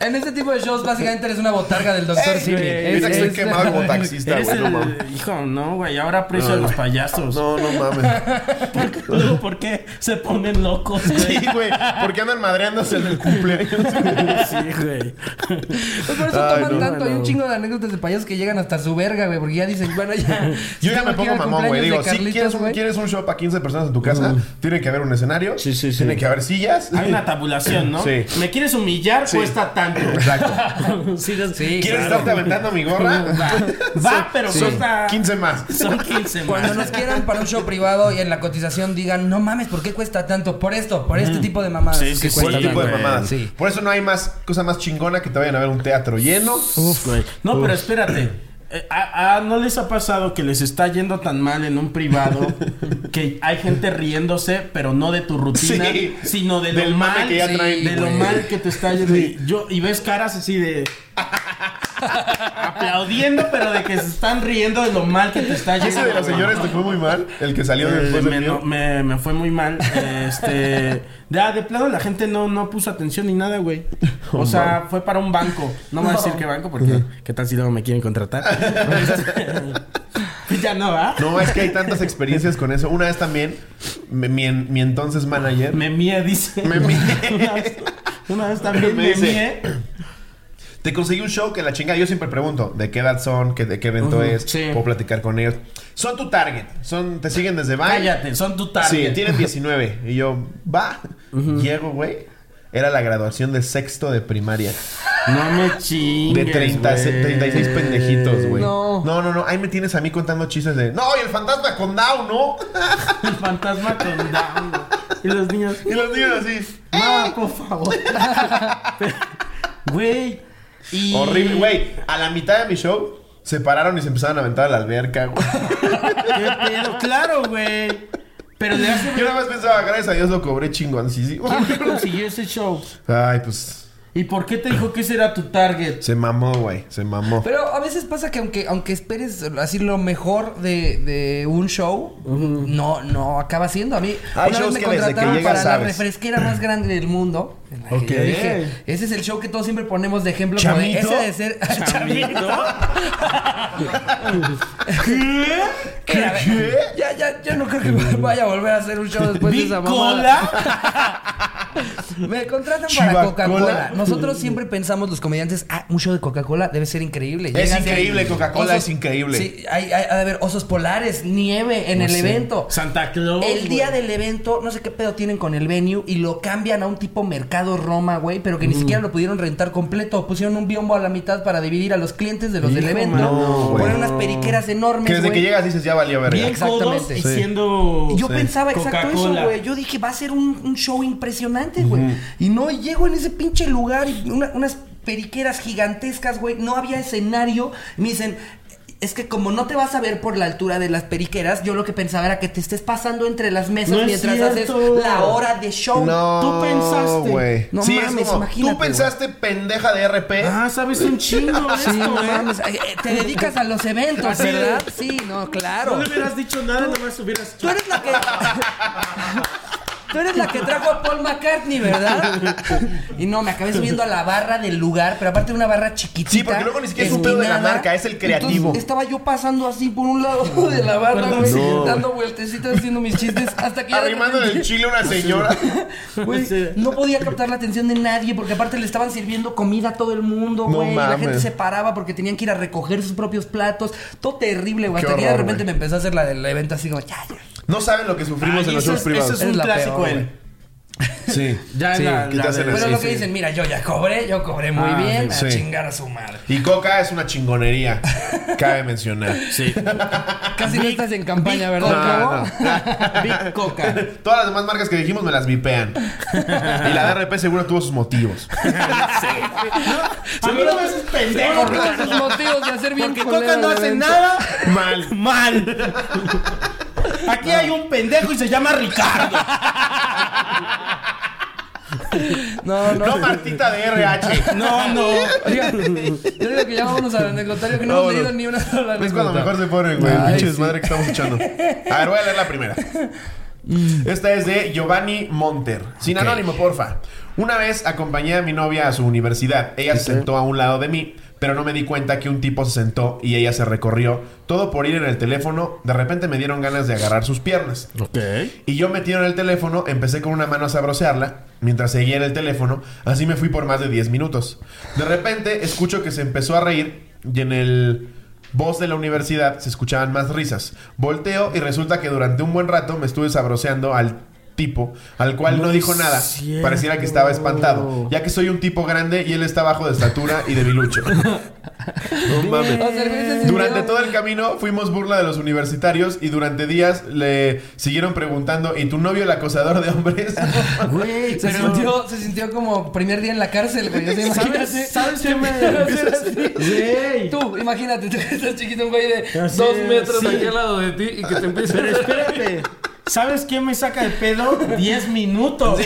A: En este tipo de shows, básicamente eres una botarga del doctor
B: Ey,
A: Simi.
B: güey,
A: Es-
B: mira que estoy
A: es-
B: quemado como taxista,
C: Eres
B: güey. No,
C: el-
B: mames.
C: Hijo, no, güey. Ahora aprecio
B: No,
C: a los
B: güey.
C: payasos.
B: no, no mames.
E: Luego, ¿por qué se ponen locos, güey?
B: Sí, güey. ¿Por qué andan madreándose en el cumpleaños?
C: Sí, güey.
A: Pues por eso
B: Ay,
A: toman
B: no,
A: tanto. Hay
C: no.
A: un chingo de anécdotas de payasos que llegan hasta su verga, güey. Porque ya dicen, bueno, ya.
B: Yo ya
A: tengo
B: me
A: que ir
B: pongo
A: al
B: mamón, güey.
A: cumpleaños
B: Digo,
A: de
B: si
A: Carlitos,
B: quieres un,
A: güey.
B: quieres un show para 15 personas en tu casa, tiene que haber un escenario.
E: Sí, sí, sí.
B: Tiene que haber sillas.
C: Hay una tabulación, ¿no?
B: Sí.
C: Me quieres humillar, cuesta tanto.
B: Exacto.
E: Sí, des-
A: Sí, claro.
B: ¿Quieres estarte aventando mi gorra?
C: Va, pero
A: Sí.
C: cuesta.
B: 15 más.
C: Son 15 más.
A: Cuando nos quieran para un show privado y en la cotización digan, no mames, ¿por qué cuesta tanto? Por esto, por
B: Mm.
A: este tipo de mamadas.
C: Sí, sí,
A: que
C: sí,
B: Por
A: cuesta
B: el Este tipo de
A: tanto.
C: güey.
B: mamadas.
A: Sí.
B: Por eso no hay más cosa más chingona que te vayan a ver un teatro lleno.
C: Uf, güey. No, pero espérate. Eh, a- a- ¿No les ha pasado que les está yendo tan mal en un privado que hay gente riéndose, pero no de tu rutina,
B: Sí.
C: sino de
B: Del
C: lo
B: mame
C: mal
B: que ya traen,
C: de lo
B: güey.
C: mal que te está yendo? Y Yo y ves caras así de aplaudiendo, pero de que se están riendo de lo mal que te está yendo.
B: Ese de los
C: güey.
B: señores te fue muy mal. El que salió
C: Eh,
B: después
C: me,
B: del mío.
C: no- me- me fue muy mal. Este. Ya, de plano la gente no, no puso atención ni nada, güey. O sea, fue para un banco. No, voy a decir qué banco porque qué tal si luego me quieren contratar. Este, ya no, ¿ah?
B: No, es que hay tantas experiencias con eso. Una vez también, mi, mi- mi entonces manager
C: Me mía, dice.
B: Me mié.
C: Una vez, una vez también
B: Me
C: me,
B: dice,
C: mié.
B: Te conseguí un show que la chingada. Yo siempre pregunto de qué edad son, que, de qué evento es.
C: sí.
B: Puedo platicar con ellos. Son tu target. Son, te siguen desde Vine.
C: Cállate, son tu target.
B: Sí, tienen 19. Y yo, va. Llego, güey. Era la graduación de sexto de primaria.
C: No me chingues.
B: De 30,
C: güey.
B: 36 pendejitos, güey.
A: No.
B: no, no, no. Ahí me tienes a mí contando chistes de. No, y el fantasma con Down, ¿no?
C: El fantasma con Down. güey. Y los niños.
B: Y los niños así.
A: ¡Eh!
C: No, por favor. Güey. Y...
B: Horrible, güey. A la mitad de mi show se pararon y se empezaron a aventar a la alberca, güey.
C: Qué pedo, claro, güey. Pero le hace
B: Yo nada más pensaba, gracias a Dios lo cobré chingón. Sí, sí.
C: ¿Quién te consiguió ese show?
B: Ay, pues
C: ¿Y por qué te dijo que ese era tu target?
B: se mamó, güey. Se mamó.
A: Pero a veces pasa que aunque, aunque esperes así lo mejor de, de un show, no, no acaba siendo. A mí
B: Hay
A: una vez
B: shows
A: me
B: que desde que
A: contrataron
B: llegas
A: para la
B: sabes.
A: refresquera más grande del mundo. en la que
C: Ok.
A: yo dije, ese es el show que todos siempre ponemos de ejemplo. como de,
B: ¿Chamito?
A: ese de ser... ¿Qué?
B: ¿Qué?
A: Ya, ya, yo no creo que vaya a volver a hacer un show después de Pues esa mamada.
C: ¿Bicola?
A: Me contratan para
B: Chivacola.
A: Coca-Cola. Nosotros siempre pensamos, los comediantes, ah, un show de Coca-Cola debe ser increíble.
B: Es
A: Llegas y hay
B: increíble, Coca-Cola
A: osos-
B: es increíble.
A: Sí, hay, hay- ha de haber osos polares, nieve en el evento.
C: Santa Claus.
A: El día
C: güey.
A: del evento, no sé qué pedo tienen con el venue y lo cambian a un tipo mercado Roma, güey, pero
B: Mm.
A: que ni siquiera lo pudieron rentar completo. Pusieron un biombo a la mitad para dividir a los clientes de los del
C: Hijo,
A: evento.
C: mano.
B: No,
A: Ponen
B: güey.
A: unas periqueras enormes.
B: Que desde
A: güey.
B: que llegas dices, ya valió verga.
C: Bien codos
A: Exactamente.
C: y
A: Sí.
C: siendo...
A: Y Yo
B: Sí.
A: pensaba exacto eso,
C: Pues, eh, Coca-Cola.
A: güey. Yo dije, va a ser un, un show impresionante, güey. Y no, y llego en ese pinche lugar y una- unas periqueras gigantescas, güey. No había escenario. Me dicen, es que como no te vas a ver por la altura de las periqueras, yo lo que pensaba era que te estés pasando entre las mesas
C: No es
A: mientras haces
C: cierto.
A: la hora de show.
B: No,
C: Tú pensaste.
B: güey.
A: No
B: sí,
A: mames,
B: es como,
A: imagínate,
B: tú pensaste pendeja de RP.
C: Ah, sabes un chingo de
A: Sí,
C: esto,
A: no
C: güey.
A: mames. Ay, eh, Te dedicas a los eventos,
C: Así de-
A: ¿verdad? Sí, no, claro.
C: No le hubieras dicho nada, nada más hubieras...
A: Tú eres la que. Tú eres la que trajo a Paul McCartney, ¿verdad? Y no, me acabé subiendo a la barra del lugar, pero aparte una barra chiquitita.
B: Sí, porque luego ni siquiera es un pedo de la
A: esquinada.
B: marca, es el creativo.
A: Entonces, estaba yo pasando así por un lado de la barra, güey,
B: No.
A: dando vueltecitas, haciendo mis chistes, hasta que ya de
B: Arrimando en el
A: repente-
B: chile a una señora.
A: Güey,
C: Sí.
A: no podía captar la atención de nadie porque aparte le estaban sirviendo comida a todo el mundo,
B: No
A: güey. y la
B: mames.
A: gente se paraba porque tenían que ir a recoger sus propios platos. Todo terrible, güey.
B: Qué
A: Hasta que ya de
B: horror,
A: repente
B: güey.
A: me empezó a hacer la del evento así como, ya, ya.
B: No saben lo que sufrimos
C: Ay,
B: en los
C: ese
B: shows
C: es-
B: privados.
C: Ese es un
A: Es la
C: clásico, eh.
A: peor,
C: él.
B: Sí.
C: Ya
A: Sí,
C: la,
B: que te hacen
C: la de-
B: así.
A: Pero
B: Sí,
A: lo que
B: sí.
A: dicen, mira, yo ya cobré, yo cobré muy
C: Ah,
A: bien,
B: sí.
A: a chingar a su madre.
B: Y Coca es una chingonería. Cabe mencionar.
C: Sí.
A: Ah, Casi no estás en campaña,
B: No,
A: ¿verdad?
B: no.
C: Big Coca.
B: Todas las demás marcas que dijimos me las vipean. Y la de RP seguro tuvo sus motivos.
C: A mí no me haces pendejo.
A: Por todos sus motivos de hacer bien
C: Porque
A: culero
C: Coca no
A: el
C: hace
A: evento.
C: nada
B: Mal.
C: mal. Aquí hay un pendejo y se llama Ricardo.
A: No, no.
B: No Martita de RH.
C: No, no.
A: Oiga, yo digo que ya vámonos al anecdotario que no,
B: No,
A: hemos
B: no.
A: leído ni una sola
B: Es cuando
A: anécdota.
B: mejor se ponen, güey.
A: Ay,
B: Pinche
A: sí.
B: desmadre que estamos echando. A ver, voy a leer la primera.
A: Mm.
B: Esta es de Giovanni Monter. Sin anónimo, porfa. Una vez acompañé a mi novia a su universidad. Ella se sentó a un lado de mí, pero no me di cuenta que un tipo se sentó y ella se recorrió. Todo por ir en el teléfono. De repente me dieron ganas de agarrar sus piernas.
C: Ok.
B: Y yo metido en el teléfono, empecé con una mano a sabrosearla mientras seguía en el teléfono. Así me fui por más de 10 minutos. De repente escucho que se empezó a reír y en el voz de la universidad se escuchaban más risas. Volteo y resulta que durante un buen rato me estuve sabroseando al tipo, al cual no,
C: No
B: dijo
C: es
B: nada.
C: cierto.
B: Pareciera que estaba espantado, ya que soy un tipo grande y él está bajo de estatura y debilucho. no mames.
A: O sea, el güey se sintió-
B: Durante todo el camino fuimos burla de los universitarios y durante días le siguieron preguntando, ¿y tu novio el acosador de hombres?
C: Güey,
D: Se,
C: pero-
D: sintió, se sintió como primer día en la cárcel, güey. O sea, imagínate.
C: ¿Sabes, ¿Sabes qué me.? Güey.
D: Tú, imagínate, tú que estás chiquito, un güey de
C: Así
D: dos
C: es,
D: metros
C: sí.
D: aquí al lado de ti y que te empiece
C: Pero espérate. ¿Sabes qué me saca de pedo? 10 minutos.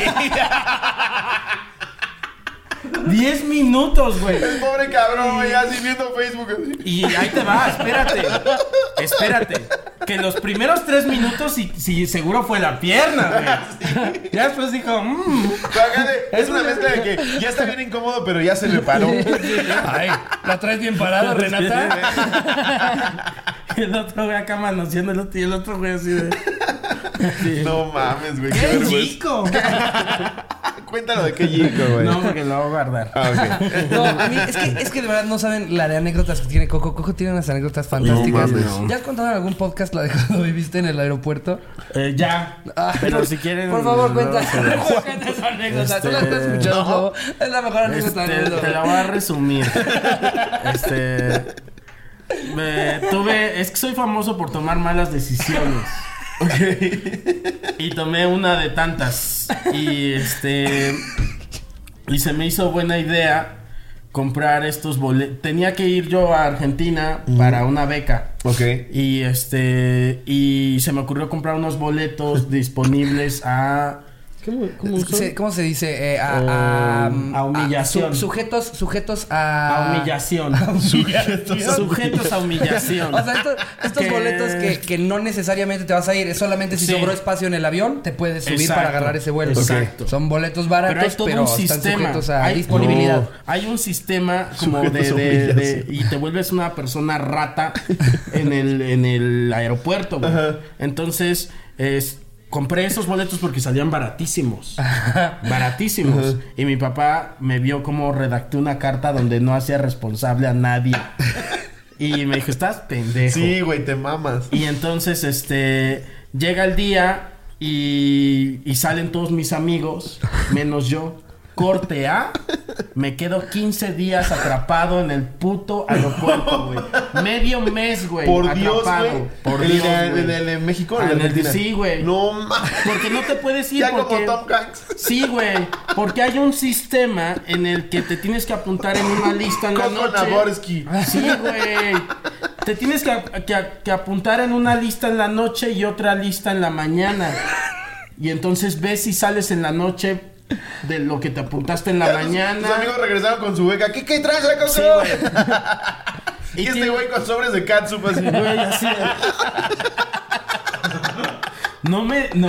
C: 10 minutos, güey.
B: El pobre cabrón, güey, así viendo Facebook. así.
C: Y ahí te va, espérate. Espérate. Que los primeros tres minutos, si, si seguro fue la pierna, güey. Ya después dijo, mmm.
B: Bájale. Es una mezcla de que ya está bien incómodo, pero ya se me paró.
D: Ay, la traes bien parada, Renata.
C: El otro güey acá manoseando el otro y el otro güey así de. Sí.
B: No mames, güey. Qué
C: ¡Qué
B: vergüenza.
C: chico!
B: Cuéntalo de qué chico,
D: pues,
B: güey.
C: No, porque lo voy a guardar.
B: Ah, ok.
D: No, a mí es que, es que de verdad no saben la de anécdotas que tiene Coco. Coco tiene unas anécdotas fantásticas.
B: No mames.
D: ¿Ya has contado en algún podcast la de cuando viviste en el aeropuerto?
C: Eh, ya.
D: Ah,
C: Pero si quieren.
D: Por favor,
C: no,
D: cuenta.
C: se la-
D: Cuenta esa anécdota. Tú la
C: Este,
D: estás escuchando. Es la mejor anécdota
C: Este,
D: del
C: te la
D: mundo.
C: voy a resumir. Este. me tuve. Es que soy famoso por tomar malas decisiones. Y tomé una de tantas. Y este. Y se me hizo buena idea comprar estos boletos. Tenía que ir yo a Argentina para una beca.
B: Ok.
C: Y este. Y se me ocurrió comprar unos boletos disponibles a. ¿Cómo,
D: Se- ¿Cómo se dice? Eh, a, a,
C: Eh, a humillación.
D: a su- sujetos, sujetos a...
C: A humillación. Sujetos a humillación.
D: O sea, esto- estos
C: Que-
D: boletos que, que no necesariamente te vas a ir, es solamente si
C: Sí.
D: sobró espacio en el avión, te puedes subir
C: Exacto,
D: para agarrar ese vuelo.
C: exacto.
D: Son boletos
C: pero hay
D: baratos,
C: todo
D: pero,
C: un
D: están
C: sistema.
D: sujetos a
C: Hay-
D: disponibilidad.
C: No, hay un sistema como de,
B: Sujetos a
C: de- de-
B: humillación.
C: y te vuelves una persona rata en el, en el aeropuerto, güey. Entonces, es- compré esos boletos porque salían baratísimos. baratísimos. Y mi papá me vio como redacté una carta donde no hacía responsable a nadie. Y me dijo, estás pendejo.
B: Sí, güey, te mamas.
C: Y entonces, este, llega el día y, y salen todos mis amigos, menos yo. Corte A, me quedo 15 días atrapado en el puto aeropuerto, güey. Medio mes, güey.
B: Por Dios,
C: atrapado.
B: güey.
C: Por
B: el,
C: Dios,
B: de-
C: güey.
B: el de- el em- de México, o
C: Ah,
B: el de
C: en el de-
B: Argentina.
C: sí, güey.
B: No mames.
C: Porque no te puedes ir
B: Ya
C: porque...
B: como Tom Hanks.
C: Sí, güey. Porque hay un sistema en el que te tienes que apuntar en una lista en la
B: Coco
C: noche.
B: Naborsky.
C: Sí, güey. Te tienes que, que- que apuntar en una lista en la noche y otra lista en la mañana. Y entonces ves si sales en la noche de lo que te apuntaste en la mañana.
B: Tus amigos regresaron con su beca. ¿Qué, qué traes, Coco?
C: Sí, güey.
B: Y,
C: Y
B: este
C: tiene-
B: güey con sobres de catsup así.
C: Güey, así de- No me. No.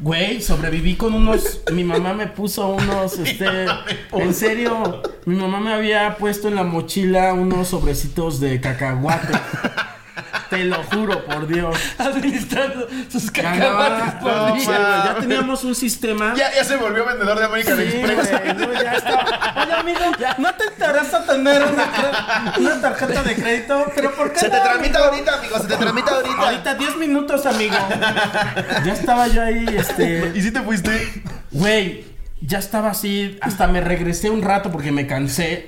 C: Güey, sobreviví con unos. Mi mamá me puso unos. Este. En serio. Mi mamá me había puesto en la mochila unos sobrecitos de cacahuate. Te lo juro, por Dios.
D: Administrando sus cacahuates
C: Ganaba-
D: por
B: no,
D: día.
B: man.
C: Ya teníamos un sistema.
B: Ya, ya se volvió vendedor de
C: Sí,
B: American
C: güey,
B: Express.
C: no, ya estaba. Oye, amigo, ¿no te interesa tener una, cre- una tarjeta de crédito? ¿Pero por qué
B: Se te
C: no,
B: tramita ahorita, amigo. Se te tramita ahorita.
C: Ahorita 10 minutos, amigo. Ya estaba yo ahí,
B: ¿Y
C: este.
B: si te fuiste?
C: Güey, ya estaba así. Hasta me regresé un rato porque me cansé.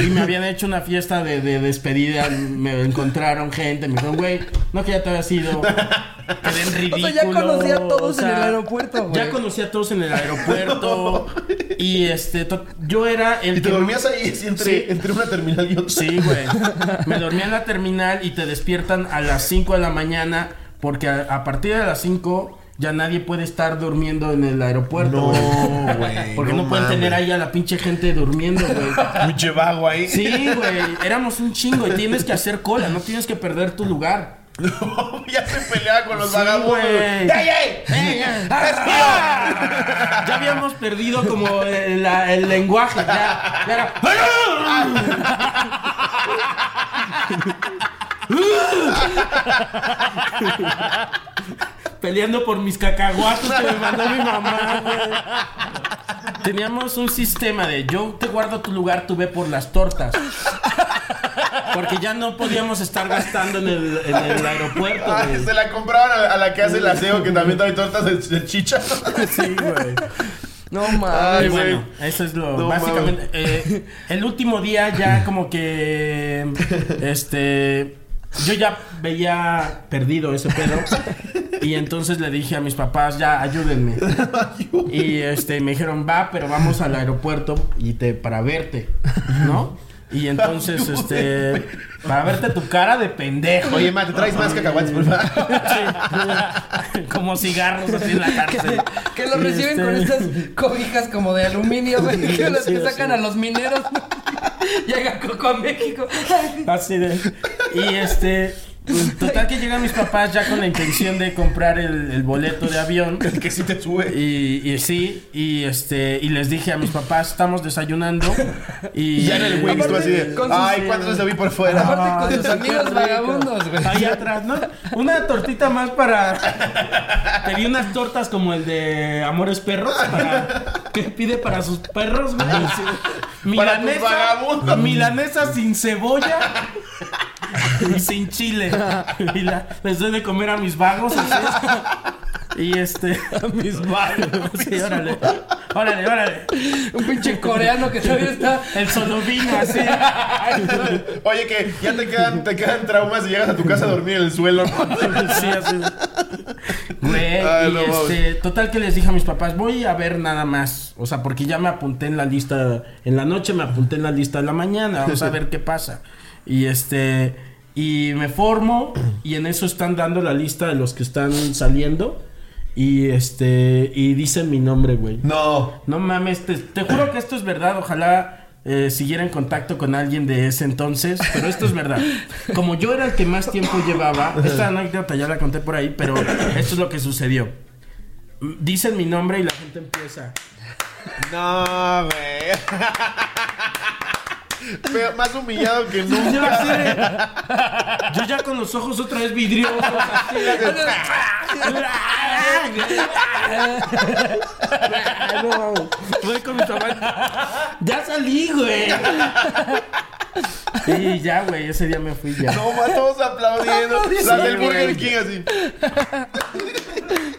C: Y me habían hecho una fiesta de, de despedida. Me encontraron gente. Me dijeron, güey, no que ya te habías ido. Quedé en
D: O
C: ridículo.
D: sea, ya conocí a todos
C: o sea,
D: en el aeropuerto, güey.
C: Ya conocí a todos en el aeropuerto. Y este, to- yo era el
B: Y te
C: que-
B: dormías ahí así entre,
C: Sí.
B: entre una terminal y otra.
C: Sí, güey. Me dormía en la terminal y te despiertan a las 5 de la mañana porque a, a partir de las 5 ya nadie puede estar durmiendo en el aeropuerto.
B: No,
C: güey.
B: güey,
C: Porque no,
B: no
C: pueden tener
B: mames.
C: ahí a la pinche gente durmiendo, güey.
B: Un chevago ahí.
C: Sí, güey. Éramos un chingo y tienes que hacer cola, no tienes que perder tu lugar.
B: No, ya se peleaba con los
C: Sí,
B: vagabundos.
C: güey.
B: ¡Ey, ey!
C: Ya habíamos perdido como el, la- el lenguaje. Ya, ya era- Peleando por mis cacahuates que me mandó mi mamá. güey. Teníamos un sistema de yo te guardo tu lugar, tú ve por las tortas. Porque ya no podíamos estar gastando en el, en el aeropuerto.
B: Ah,
C: güey.
B: se la compraban a la, a la que hace el aseo, que también trae tortas de, de chicha.
C: Sí, güey.
A: No mames.
B: Ay,
C: Y bueno,
B: güey.
C: eso es lo
B: No
C: básicamente. eh, el último día ya como que este yo ya veía perdido ese pedo y entonces le dije a mis papás ya ayúdenme y este me dijeron va pero vamos al aeropuerto y te para verte, ¿no? Y entonces este para verte tu cara de pendejo.
B: Oye, ma, ¿te traes más cacahuates, por favor?
C: Sí. como cigarros así en la cárcel.
A: Que lo
C: Y
A: reciben con
C: este-
A: estas cobijas como de aluminio, güey. Que las que
C: sí,
A: sacan
C: sí.
A: a los mineros. Llega Coco a México.
C: Así de. Y este. pues, Total que llegan mis papás ya con la intención de comprar el, el boleto de avión.
B: que sí te sube.
C: Y, y sí, y este, y les dije a mis papás, estamos desayunando. Y,
B: Y ya en el Wings, tú así de.
A: con sus-
B: Ay, ¿cuántos lo vi por fuera?
A: Aparte con sus
C: qué
A: amigos
C: rico.
A: vagabundos, güey.
C: Ahí atrás, ¿no? Una tortita más para. Pedí unas tortas como el de Amores Perros. Para... Que pide para sus perros, güey. Sí.
B: Para tus vagabundos.
C: Milanesa sin cebolla y sin chile. Y la- les doy de comer a mis vagos. así. Y este. A mis vagos. Sí, órale. Órale, órale.
A: Un pinche coreano que todavía está.
C: El solovino, así.
B: Oye, que ya te quedan, te quedan traumas y llegas a tu casa a dormir en el suelo.
C: Sí, así. Güey,
B: Ay,
C: y
B: no mames.
C: este, total que les dije a mis papás, voy a ver nada más. O sea, porque ya me apunté en la lista, en la noche me apunté en la lista de la mañana, vamos a ver qué pasa. Y este, y me formo, y en eso están dando la lista de los que están saliendo. Y este, y dicen mi nombre, güey.
B: No.
C: No mames, te, te juro que esto es verdad. Ojalá eh, siguiera en contacto con alguien de ese entonces, pero esto es verdad. Como yo era el que más tiempo llevaba, esta anécdota ya la conté por ahí, pero esto es lo que sucedió. Mm, Dicen mi nombre y la gente empieza.
B: No, güey. Pero más humillado que
C: Y
B: nunca.
C: Yo, así de- yo ya con los ojos otra vez vidriosos. así de- No, voy con mi papá. Ya salí, güey. Y ya, güey, ese día me fui ya.
B: No, ma, todos aplaudiendo. Las del Burger King así.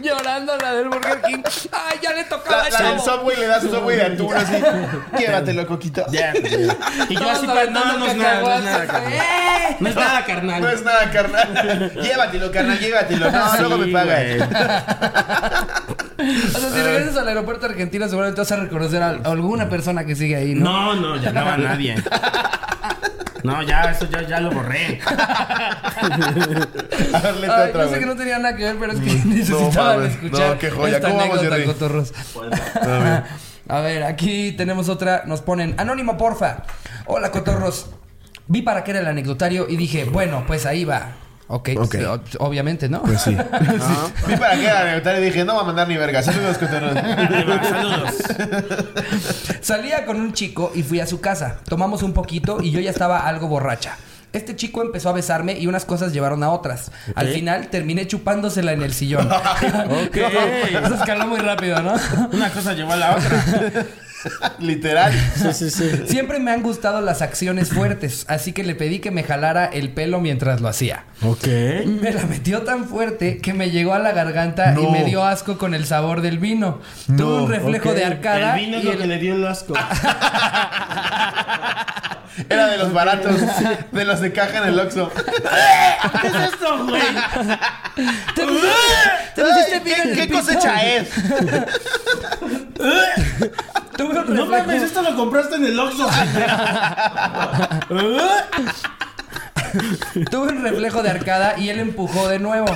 A: Llorando la del Burger King. Ay, ya le tocaba
B: La,
A: al
B: la del
A: chavo.
B: Subway le das un Subway de atún así. Llévatelo, Coquito.
C: Ya, güey. Y yo
A: Todos
C: así, pues, no,
A: aventando
C: no es nada, no es nada,
A: cacahuates,
C: carnal.
A: ¡Eh!
C: No es nada, carnal.
B: No es nada, carnal. Llévatelo, carnal, llévatelo. No,
C: Sí,
B: luego me paga.
C: güey.
A: O sea, si regresas al aeropuerto argentino, seguramente vas a reconocer a alguna persona que sigue ahí, ¿no?
C: No, no, ya no va nadie. No, ya, eso yo ya lo borré.
B: A ver, léete
A: Ay, yo
B: otra
A: sé
B: vez. Mm,
A: que no tenía nada que ver, pero es que necesitaban
B: mames.
A: escuchar
B: No, qué joya.
A: esta
B: ¿Cómo vamos,
A: anécdota,
B: Jerry?
A: cotorros. A ver, aquí tenemos otra. Nos ponen, anónimo, porfa. Hola, cotorros. Vi para qué era el anecdotario y dije, bueno, pues ahí va. Ok,
B: Ok.
A: sí, ob- obviamente, ¿no?
B: Pues sí. Vi para qué era la neta y dije, no va a mandar ni verga. Saludos, Cotorro.
C: Ahí va, Saludos.
A: Salía con un chico y fui a su casa. Tomamos un poquito y yo ya estaba algo borracha. Este chico empezó a besarme y unas cosas llevaron a otras. Al final terminé chupándosela en el sillón. ok. Eso escaló muy rápido, ¿no?
C: Una cosa llevó a la otra.
B: Literal.
C: Sí, sí, sí.
A: Siempre me han gustado las acciones fuertes, así que le pedí que me jalara el pelo mientras lo hacía.
C: Ok.
A: Me la metió tan fuerte que me llegó a la garganta y
B: No.
A: me dio asco con el sabor del vino. Tuve un reflejo de arcada.
C: El vino es
A: y
C: lo
A: el-
C: que le dio el asco.
B: Era de los baratos. De los de caja en el Oxxo.
C: ¿Qué es esto, güey?
A: ¿Te pusiste- te pusiste
B: Ay,
A: vino en
B: ¿Qué,
A: el
B: qué
A: pito?
B: cosecha
C: eh?
B: es?
A: Tuve un
C: No
A: reflejo-
C: mames, esto lo compraste en el Oxxo.
A: Tuve un reflejo de arcada y él empujó de nuevo.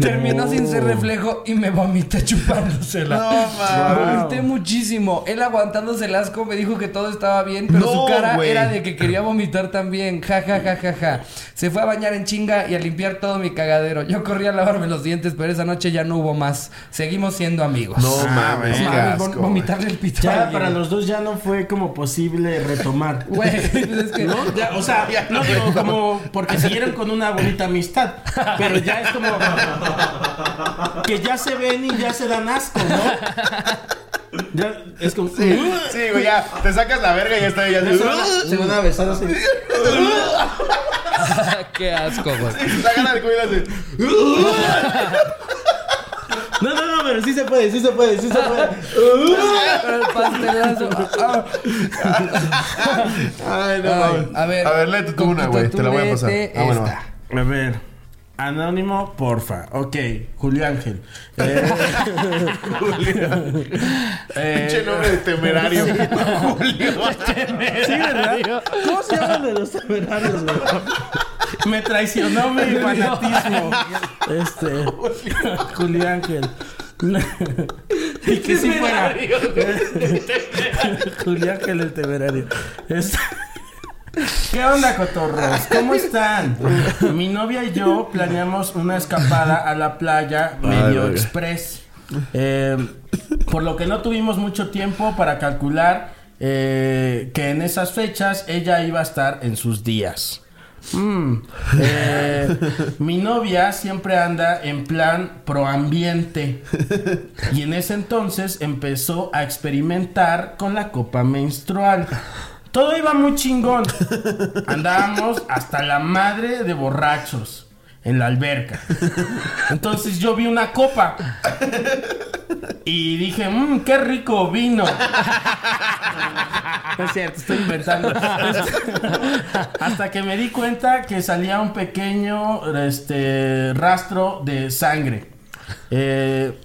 A: Terminó sin ser reflejo y me vomité chupándosela.
B: No, mames.
A: Vomité muchísimo. Él aguantándose el asco me dijo que todo estaba bien, pero
B: No,
A: su cara
B: güey.
A: era de que quería vomitar también. Ja, ja, ja, ja, ja. Se fue a bañar en chinga y a limpiar todo mi cagadero. Yo corrí a lavarme los dientes, pero esa noche ya no hubo más. Seguimos siendo amigos.
B: No
C: Ah,
B: mames,
C: güey.
B: qué
A: Mames,
B: asco,
A: vom-
B: güey.
A: vomitarle el pito. a
C: Ya
A: alguien.
C: para los dos ya no fue como posible retomar.
A: Güey, es que...
C: ¿No? Ya, o sea, no digo como porque siguieron con una bonita amistad, pero ya es como que ya se ven y ya se dan asco, ¿no? Ya es como "Uh".
B: Sí, sí, güey, ya te sacas la verga y ya está. Ya
C: Ya se van a- se van a besar así.
A: Qué asco, güey.
B: te sacan al cuello y así.
C: No, no, no, pero sí se puede, sí se puede, sí se puede.
A: Pero el pastelazo. Ah,
B: Ay, no
A: Ay,
B: mames.
A: a ver.
B: a ver, léete tú una, güey. Te la voy a pasar.
A: léete
B: Ah, bueno,
A: esta.
B: va.
C: A ver. Anónimo, porfa. Ok, Julio Ángel. Eh,
B: Pinche nombre de temerario. Julio.
C: sí, ¿verdad? ¿Cómo se llaman de los temerarios, güey? Me traicionó mi fanatismo. Este. Julio Ángel. y que sí fuera. Julio Ángel el temerario. Este- ¿Qué onda, cotorros? ¿Cómo están? Mi novia y yo planeamos una escapada a la playa medio
B: verga.
C: express. Eh, por lo que no tuvimos mucho tiempo para calcular eh, que en esas fechas ella iba a estar en sus días. Mm, eh, mi novia siempre anda en plan proambiente. Y en ese entonces empezó a experimentar con la copa menstrual. Todo iba muy chingón. Andábamos hasta la madre de borrachos en la alberca. Entonces yo vi una copa. Y dije, mmm, qué rico vino. No es cierto, estoy inventando. Hasta que me di cuenta que salía un pequeño este, rastro de sangre. Eh,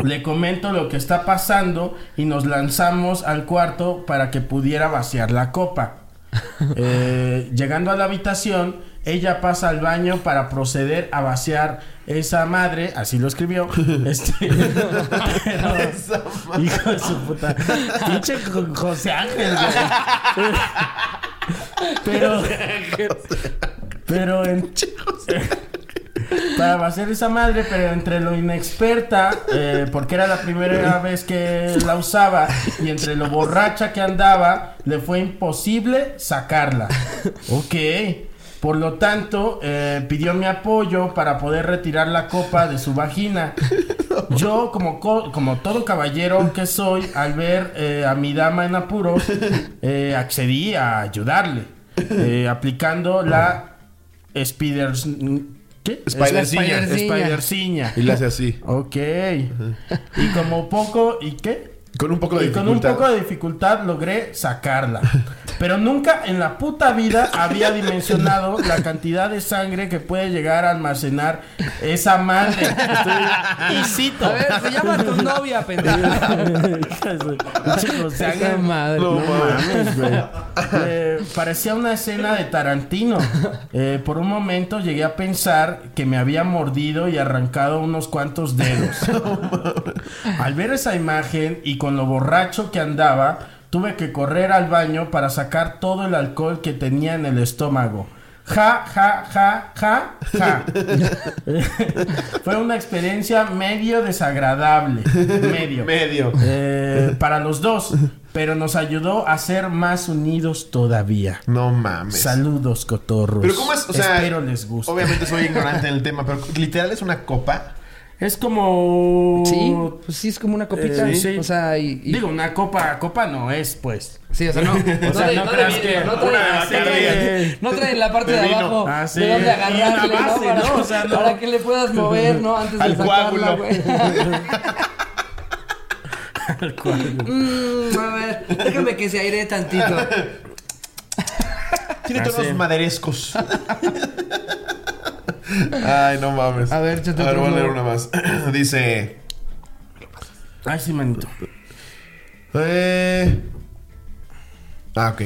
C: le comento lo que está pasando y nos lanzamos al cuarto para que pudiera vaciar la copa. Eh, llegando a la habitación, ella pasa al baño para proceder a vaciar esa madre, así lo escribió. Este, pero- hijo de su puta, pinche Jo- José Ángel. güey. Pero, pero en, para hacer esa madre, pero entre lo inexperta, eh, porque era la primera vez que la usaba, y entre lo borracha que andaba, le fue imposible sacarla. Ok. Por lo tanto, eh, pidió mi apoyo para poder retirar la copa de su vagina. Yo, como, co- como todo caballero que soy, al ver eh, a mi dama en apuros, eh, accedí a ayudarle, eh, aplicando la Spider... ¿Qué?
B: Spiderciña.
C: Spiderciña.
B: Y le hace así.
C: Ok. Y como poco, ¿y qué?
B: Con un poco de
C: y con un
B: dificultad.
C: poco de dificultad logré sacarla. Pero nunca en la puta vida había dimensionado la cantidad de sangre que puede llegar a almacenar esa madre. Estoy- Y cito.
A: A ver, se llama tu novia, pendejo.
C: Chicos, se hagan-
A: madre.
B: No,
C: No
B: mames.
C: mames, güey. Eh, parecía una escena de Tarantino. Eh, por un momento llegué a pensar que me había mordido y arrancado unos cuantos dedos. Al ver esa imagen y con lo borracho que andaba, tuve que correr al baño para sacar todo el alcohol que tenía en el estómago. Ja, ja, ja, ja, ja. Fue una experiencia medio desagradable. Medio.
B: Medio.
C: Eh, para los dos, pero nos ayudó a ser más unidos todavía.
B: No mames.
C: Saludos, cotorros.
B: Pero cómo es, o sea,
C: Espero les guste.
B: Obviamente soy ignorante en el tema, pero literal es una copa.
C: Es como.
A: Sí, pues sí, es como una copita.
C: Eh, sí.
A: O sea, y. y-
C: Digo, una copa, copa no es, pues.
A: sí, o sea, no. no
C: O sea,
A: trae-
C: no
A: no
C: creas
A: trae-
C: que
A: no trae-
C: una de
A: no trae-
C: Bacardí.
A: No traen la parte de,
B: vino.
A: abajo.
C: Ah, sí.
A: De dónde
C: Y la
A: agarrarle,
C: base,
A: ¿no? Para,
C: ¿no? O sea, no.
A: para que le puedas mover, ¿no? Antes
B: Al
A: de sacarla,
B: coágulo.
A: güey. Mm, a ver, déjame que se aire tantito. Ah,
B: Tiene todos
C: sí.
B: maderescos. Ay, no mames.
A: A ver, échate
B: A ver,
A: otro
B: voy a leer
A: uno.
B: una más. Dice.
C: Ay, sí, manito.
B: Eh... Ah, ok.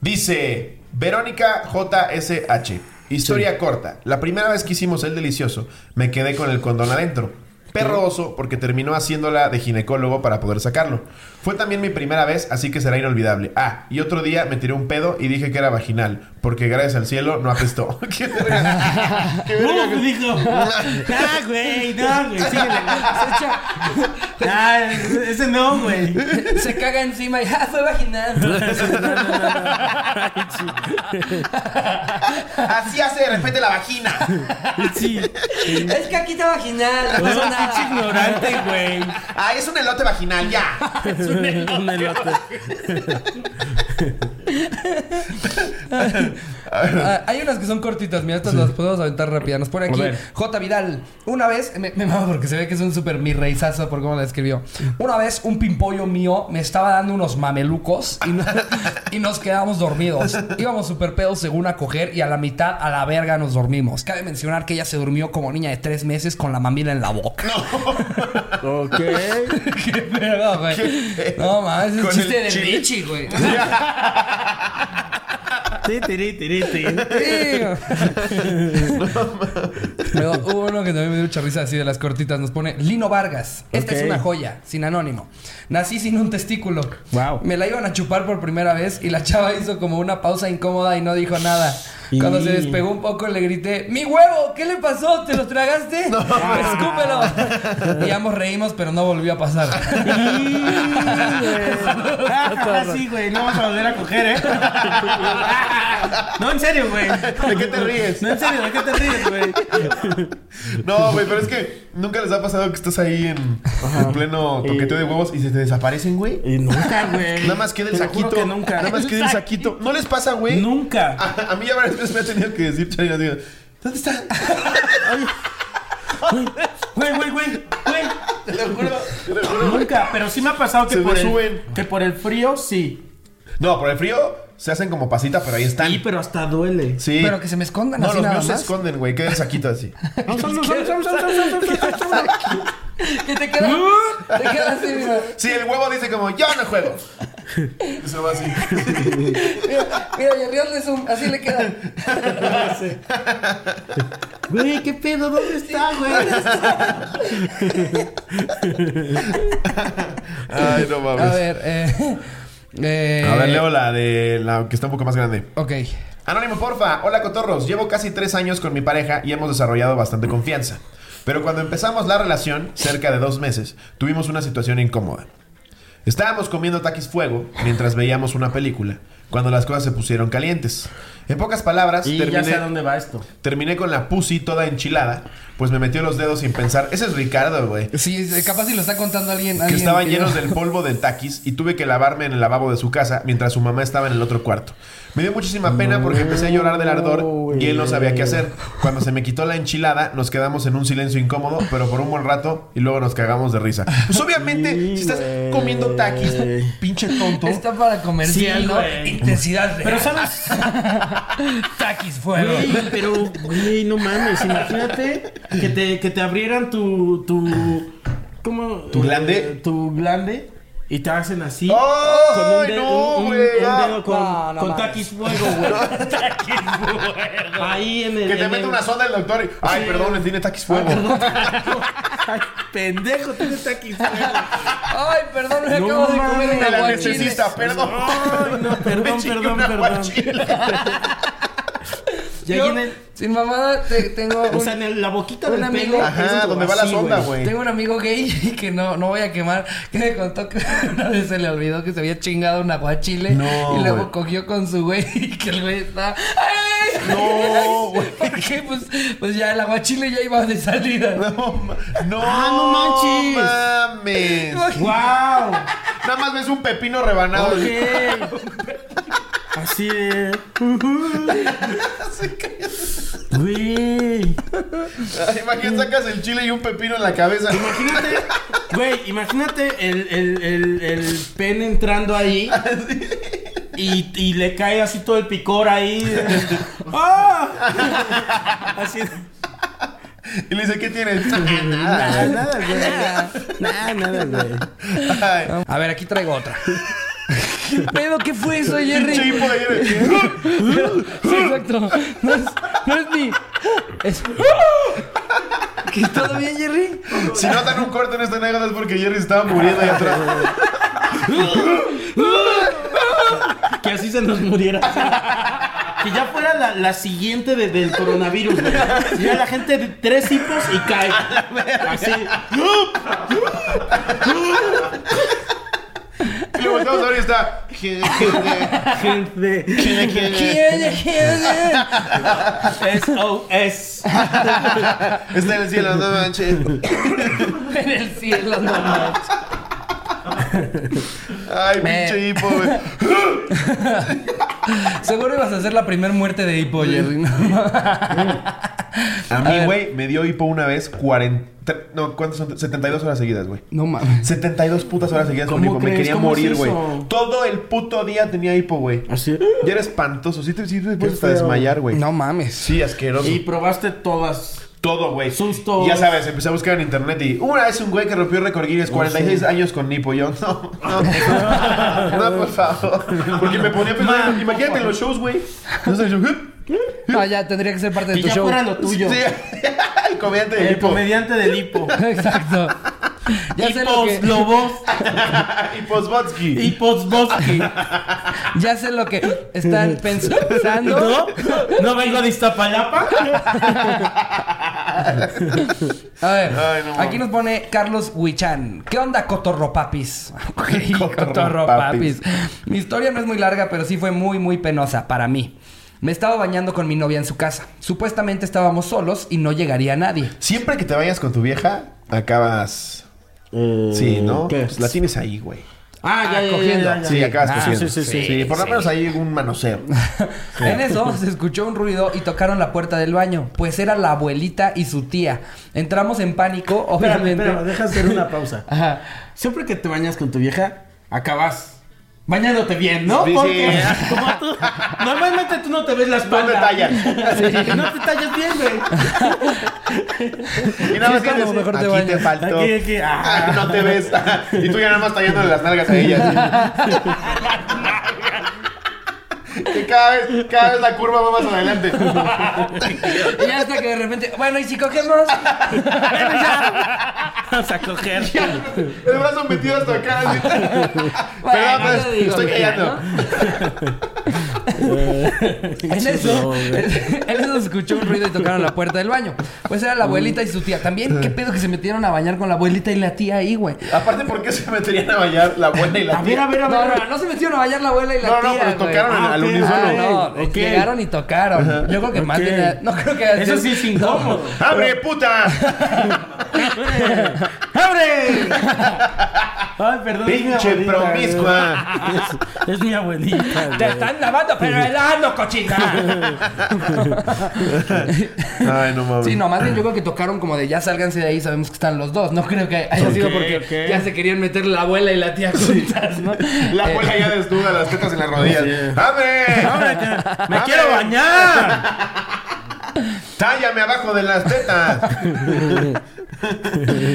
B: Dice Verónica JSH. Historia corta. La primera vez que hicimos el delicioso, me quedé con el condón adentro. Perro oso, porque terminó haciéndola de ginecólogo para poder sacarlo. Fue también mi primera vez, así que será inolvidable. Ah, y otro día me tiré un pedo y dije que era vaginal, porque gracias al cielo no apestó. ¡Qué verga! ¡Qué verga!
C: ¡Uf! Uh, Dijo. ¡Ah, güey! ¡No, güey! Síguele. Ah, ese no, güey.
A: Se caga encima y ¡ah, fue vaginal!
B: Así hace de repente la vagina.
C: Sí.
A: es que aquí está vaginal. No
C: Todo
A: pasa
C: pinche
A: nada.
C: ignorante, güey.
B: Ah, es un elote vaginal, ya.
C: Es un elote.
A: Ah, hay unas que son cortitas, mira, estas las podemos aventar rápidas. Nos pone aquí
C: ver.
A: J. Vidal. Una vez, me, me mama porque se ve que es un súper mi reizazo por cómo la escribió. Una vez un pimpollo mío me estaba dando unos mamelucos y, no- y nos quedamos dormidos. Íbamos súper pedos según a coger y a la mitad a la verga nos dormimos. Cabe mencionar que ella se durmió como niña de tres meses con la mamila en la boca.
F: Ok.
A: Qué pedo, güey. No mames, es un
B: Con
A: chiste
B: el
A: de
B: chile.
A: Michi, güey.
C: Ti, tiri, tiri, ti.
A: Sí. Luego, hubo uno que también me dio mucha risa así de las cortitas. Nos pone Lino Vargas. Esta
C: Ok.
A: es una joya, sin anónimo. Nací sin un testículo.
C: Wow.
A: Me la iban a chupar por primera vez y la chava hizo como una pausa incómoda y no dijo nada.
C: Y-
A: Cuando se despegó un poco le grité, ¡Mi huevo! ¿Qué le pasó? ¿Te lo tragaste? ¡Escúpelo! Y ambos reímos, pero no volvió a pasar.
C: Ah, sí, güey. No vas a volver a coger, ¿eh? No, en serio, güey.
B: ¿De qué te ríes?
C: No, en serio, ¿de qué te ríes, güey?
B: No, güey, pero es que nunca les ha pasado que estás ahí en, en pleno toqueteo de huevos y se te desaparecen, güey.
C: Y nunca, güey.
B: Nada más queda el
C: Te lo juro
B: saquito.
C: que nunca.
B: Nada más queda el saquito. ¿No les pasa, güey?
C: Nunca.
B: A, a mí ya varias veces me ha tenido que decir, Charina, digo, ¿dónde está?
C: Güey, güey, güey. Güey.
B: Te lo juro, te lo juro.
C: Nunca, pero sí me ha pasado que
B: Se
C: por
B: me
C: el,
B: suben.
C: que por el frío sí.
B: No, por el frío se hacen como pasita, pero ahí están.
C: Sí, pero hasta duele.
B: Sí.
A: Pero que se me escondan
B: No,
A: así
B: los
A: nada
B: míos se
A: más.
B: esconden, güey. Queda el saquito así.
A: Que te quedan, te quedan así, mira.
B: Sí, el huevo dice como, yo no juego. Eso va así.
A: Mira, mira, y arriarle zoom, así le queda.
C: Güey, qué pedo, ¿dónde está, güey?
B: Ay, no mames.
A: A ver, eh, eh,
B: A ver, leo la de la que está un poco más grande.
A: Ok.
B: Anónimo, porfa. Hola, cotorros. Llevo casi tres años con mi pareja y hemos desarrollado bastante confianza. Pero cuando empezamos la relación, cerca de dos meses, tuvimos una situación incómoda. Estábamos comiendo taquis fuego mientras veíamos una película, cuando las cosas se pusieron calientes. En pocas palabras,
C: Y ya sé a
B: terminé,
C: dónde va esto.
B: terminé con la pussy toda enchilada, pues me metió los dedos sin pensar. Ese es Ricardo, güey.
A: Sí, eh, capaz si lo está contando alguien.
B: Que
A: alguien
B: estaban
A: yo-
B: llenos del polvo del taquis y tuve que lavarme en el lavabo de su casa mientras su mamá estaba en el otro cuarto. Me dio muchísima pena porque empecé a llorar del ardor y él no sabía qué hacer. Cuando se me quitó la enchilada, nos quedamos en un silencio incómodo, pero por un buen rato y luego nos cagamos de risa. Pues obviamente, si estás comiendo taquis, pinche tonto.
A: Está para comercial,
C: Sí,
A: ¿no?
C: güey.
A: Intensidad de
C: Pero sabes,
A: taquis fuego.
C: güey, pero, güey, no mames, imagínate que te, que te abrieran tu, tu, ¿cómo?
B: ¿Tu glande?
C: Eh, tu glande y te hacen así.
B: ¡Ay,
C: de-
B: no,
C: un- un-
B: güey!
C: un
B: Ah.
C: dedo con,
A: No, no
C: con
A: mames.
C: taquis fuego, güey. taquis fuego. Ahí en el...
B: Que te
C: en
A: eh.
B: mete
C: el-
B: una sonda el doctor y. Ay,
C: Sí.
B: perdón, le tiene taquis
A: Ah,
B: fuego.
C: Ay, pendejo, tiene taquis fuego.
A: Ay, perdón, me
C: No
A: acabo de comer
C: mames,
A: un
B: El
A: aguachile.
B: anestesista, perdón.
C: Ay, no,
B: Me
C: perdón,
B: chingué
C: perdón,
B: una
C: perdón.
B: guachila.
C: Y ahí
A: Yo,
C: en el-
A: Sin mamada, te- tengo
C: O sea, en
A: un...
C: el- la boquita
A: un
C: del
A: amigo-
C: pene
B: Ajá,
C: es en tu-
B: donde va la
C: así,
B: sonda, güey.
A: Tengo un amigo gay que no, no voy a quemar, que me contó que una vez se le olvidó que se había chingado un aguachile
B: No,
A: y luego
B: güey.
A: cogió con su güey y que el güey estaba. ¡Ay!
B: No, güey.
A: Porque pues, pues ya el aguachile ya iba de salida.
B: No, ma- no,
C: Ah, no manches.
B: mames.
C: ¡Wow!
B: Nada más ves un pepino rebanado.
C: Ok. Así de. Güey.
B: Imagínate, sacas el chile y un pepino en la cabeza.
C: Imagínate. Güey, imagínate el, el, el, el pene entrando ahí. Y, y le cae así todo el picor ahí. ¡Ah! Así de.
B: Y le dice, ¿qué tienes?
C: Nada,
B: Nada.
C: nada, güey. Nada, nada, güey.
B: Ay,
A: A ver, aquí traigo otra. ¿Qué pedo? ¿Qué fue eso, Jerry?
B: Pinche hipo de aire.
A: Sí, exacto. No, No es ni. Es. ¿Qué todo bien, Jerry?
B: Si notan un corte en esta anécdota es porque Jerry estaba muriendo ahí atrás.
G: Que así se nos muriera.
C: Que ya fuera la, la siguiente de- del coronavirus, güey. Ya la gente de tres hipos y cae. Así.
B: Y lo volteamos ahora y está.
G: Gente.
A: ¿Quién? ¿Quién?
G: SOS.
B: Está en el cielo, no manches.
A: En el cielo, no manches.
B: Ay, pinche hipo, güey.
A: Seguro ibas a hacer la primer muerte de Hippo, Jerry. ¿no?
B: A mí, güey, me dio hipo una vez 40. No, ¿cuántas son? 72 horas seguidas, güey.
A: No mames.
B: 72 putas horas seguidas con
C: ¿Cómo
B: hipo. Me
C: crees?
B: quería
C: ¿Cómo
B: morir,
C: es
B: güey.
C: eso?
B: Todo el puto día tenía hipo, güey.
C: Así.
B: Ya era espantoso. Sí, te, sí te puedes hasta
C: feo.
B: desmayar, güey.
A: No mames.
B: Sí, asqueroso.
C: Y probaste todas.
B: Todo, güey.
C: Sustos.
B: Y ya sabes, empecé a buscar en internet y una vez un güey que rompió récord
C: Oh,
B: Guinness, 46 años con Nipo. Yo, no, no, no, por favor. Porque me ponía a pensar, imagínate en los shows, güey. Entonces yo,
A: No, ya tendría que ser parte de
C: Que
A: tu
C: ya
A: show.
C: fuera lo tuyo.
B: sí, el comediante de
C: El
B: Nipo.
C: comediante del hipo.
A: Exacto. Ya sé, lo que,
C: Hipos
B: Y Posbotsky.
C: Hipos Bosque.
A: ya sé lo que están pensando.
G: ¿No? ¿No vengo de Iztapalapa?
A: A ver,
B: Ay, no mames.
A: aquí nos pone Carlos Huichán. ¿Qué onda, cotorropapis? Ok,
B: Cotorropapis.
A: cotorropapis. Mi historia no es muy larga, pero sí fue muy, muy penosa para mí. Me estaba bañando con mi novia en su casa. Supuestamente estábamos solos y no llegaría nadie.
B: Siempre que te vayas con tu vieja, acabas.
A: Mm,
B: Sí, ¿no?
C: ¿qué?
B: Pues la tienes ahí, güey.
C: Ah, ya, ya,
A: cogiendo.
C: ya, ya, ya.
B: Sí, acabas
A: Ah,
B: cosiendo.
A: sí, sí, sí.
B: por lo
A: Sí.
B: menos hay un manoseo.
A: En eso se escuchó un ruido y tocaron la puerta del baño, pues era la abuelita y su tía. Entramos en pánico,
C: Espérame,
A: obviamente.
C: espérame, deja hacer una pausa.
A: Ajá.
C: Siempre que te bañas con tu vieja, acabas bañándote bien, ¿no?
B: Sí, sí.
C: Porque como tú, normalmente tú no te ves la
B: No te
C: espalda.
B: tallas.
C: No te tallas bien, güey.
B: Y nada más
A: Sí, es como
B: dices,
A: mejor te
B: aquí te
A: bañas.
B: faltó.
C: Aquí, aquí, ah.
B: Ah, no te ves. y tú ya nada más tallándole las nalgas a ella. así. que cada vez, cada vez la curva va más adelante.
A: Y hasta que de repente, bueno, ¿y si cogemos?
G: Vamos a coger.
B: El brazo metido hasta acá. así.
A: Bueno,
B: Perdón, pues,
A: te digo,
B: estoy
A: mira,
B: callando.
A: En eso, en eso se escuchó un ruido y tocaron la puerta del baño. Pues era la abuelita y su tía. También, qué pedo que se metieron a bañar con la abuelita y la tía ahí, güey.
B: Aparte, ¿por qué se meterían a bañar la buena y la
C: A ver,
B: tía?
C: a ver, a
A: No,
C: ver.
A: no, no se metieron a bañar la abuela y la
B: No,
A: tía.
B: no, pero
A: güey.
B: tocaron
C: Ah,
B: al
C: ok.
B: unísono.
A: Ah, no,
C: ok.
A: llegaron y tocaron. Yo creo que más
G: Ok.
A: bien. No creo que.
C: Eso sí es incómodo.
B: ¡Abre, puta!
G: ¡Abre!
C: Ay, perdón. es mi
B: ¡Pinche
C: abuelita,
B: promiscua!
G: Es, es mi abuelita.
A: Te están lavando, pero el ano, cochina.
B: Ay, no mames.
A: Sí, no, más bien yo creo que tocaron como de ya sálganse de ahí, sabemos que están los dos. No creo que haya sido porque
G: ok.
A: ya se querían meter la abuela y la tía juntas, ¿no?
B: La
A: Eh,
B: abuela ya desnuda, las tetas en las rodillas. ¡Abre!
G: ¡Abre! que ¡Me quiero bañar!
B: ¡Tállame abajo de las tetas!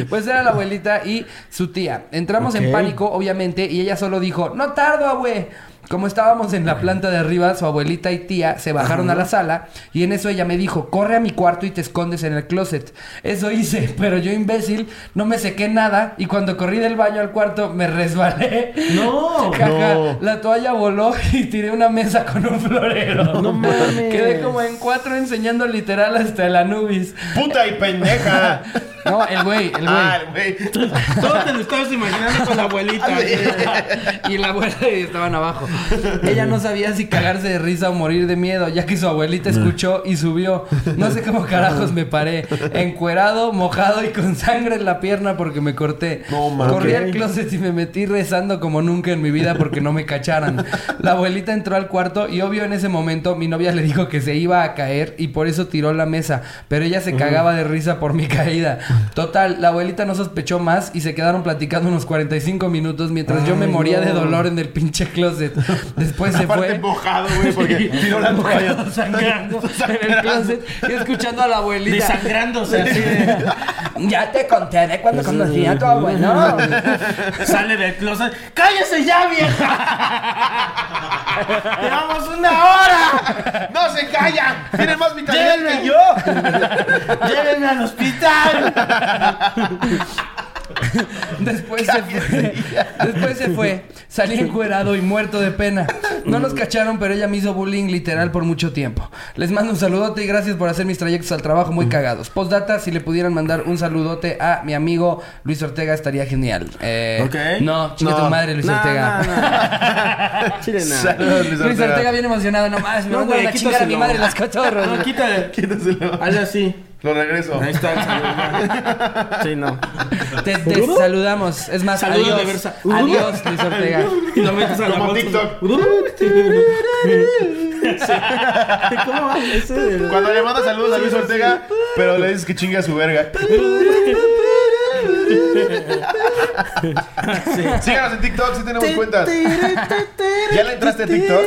A: Pues era la abuelita y su tía. Entramos en pánico, obviamente, y ella solo dijo, no tardo, abue. Como estábamos en la planta de arriba, su abuelita y tía se bajaron a la sala y en eso ella me dijo, corre a mi cuarto y te escondes en el closet. Eso hice, pero yo imbécil no me sequé nada y cuando corrí del baño al cuarto me resbalé.
G: ¡No!
A: Caja,
B: No.
A: la toalla voló y tiré una mesa con un florero. No
G: mames.
A: Quedé como en cuatro enseñando literal hasta el Anubis.
B: ¡Puta y pendeja!
A: No, el güey, el güey.
B: ¡Ah, güey!
C: Todo te lo estabas imaginando con la abuelita.
A: Y la abuela y estaban abajo. Ah, Ella no sabía si cagarse de risa o morir de miedo, ya que su abuelita escuchó y subió. No sé cómo carajos me paré. Encuerado, mojado y con sangre en la pierna porque me corté.
B: No mames.
A: Corrí al closet y me metí rezando como nunca en mi vida porque no me cacharan. La abuelita entró al cuarto y obvio en ese momento mi novia le dijo que se iba a caer y por eso tiró la mesa. Pero ella se cagaba de risa por mi caída. Total, la abuelita no sospechó más y se quedaron platicando unos 45 minutos mientras yo me moría de dolor en el pinche closet. Después se
B: Aparte
A: fue.
B: mojado, güey, porque tiró la toalla.
G: sangrando.
A: En el closet y escuchando a la abuelita.
G: Desangrándose así de-
A: Ya te conté de cuando conocí a tu abuelo.
G: Sale del closet. ¡Cállese ya, vieja! ¡Llevamos una hora!
B: ¡No se callan! ¡Tienen más vitalidad
G: Llévenme.
B: que yo!
G: ¡Llévenme al hospital!
A: Después se fue. Después se fue. Salí encuerado y muerto de pena. No nos cacharon, pero ella me hizo bullying literal por mucho tiempo. Les mando un saludote y gracias por hacer mis trayectos al trabajo muy cagados. Postdata, si le pudieran mandar un saludote a mi amigo Luis Ortega, estaría genial. Eh,
C: Ok.
A: No, chica
B: No.
A: tu madre, Luis
C: No,
A: Ortega.
C: no, no. Chile, no.
B: Saludos, Luis
A: Luis Ortega bien emocionado, no más. Me
C: No,
A: mandaron
C: güey,
A: a chingar a mi
C: quítaselo.
A: madre las cotorros.
C: No, quítale.
B: Quítaselo.
C: Hazle así.
B: Lo regreso.
C: Ahí está el saludo. Sí, no.
A: Te, te saludamos. Es más,
C: Saludos de
A: adiós.
C: Versa-
A: Adiós, Luis Ortega.
C: Y lo metes a la
B: Como
C: bolsa.
B: TikTok.
C: ¿Cómo va? Ese-
B: Cuando le manda saludos a Luis Ortega, pero le dices que chingue a su verga. Síganos en TikTok si tenemos cuentas. ¿Ya le entraste a TikTok?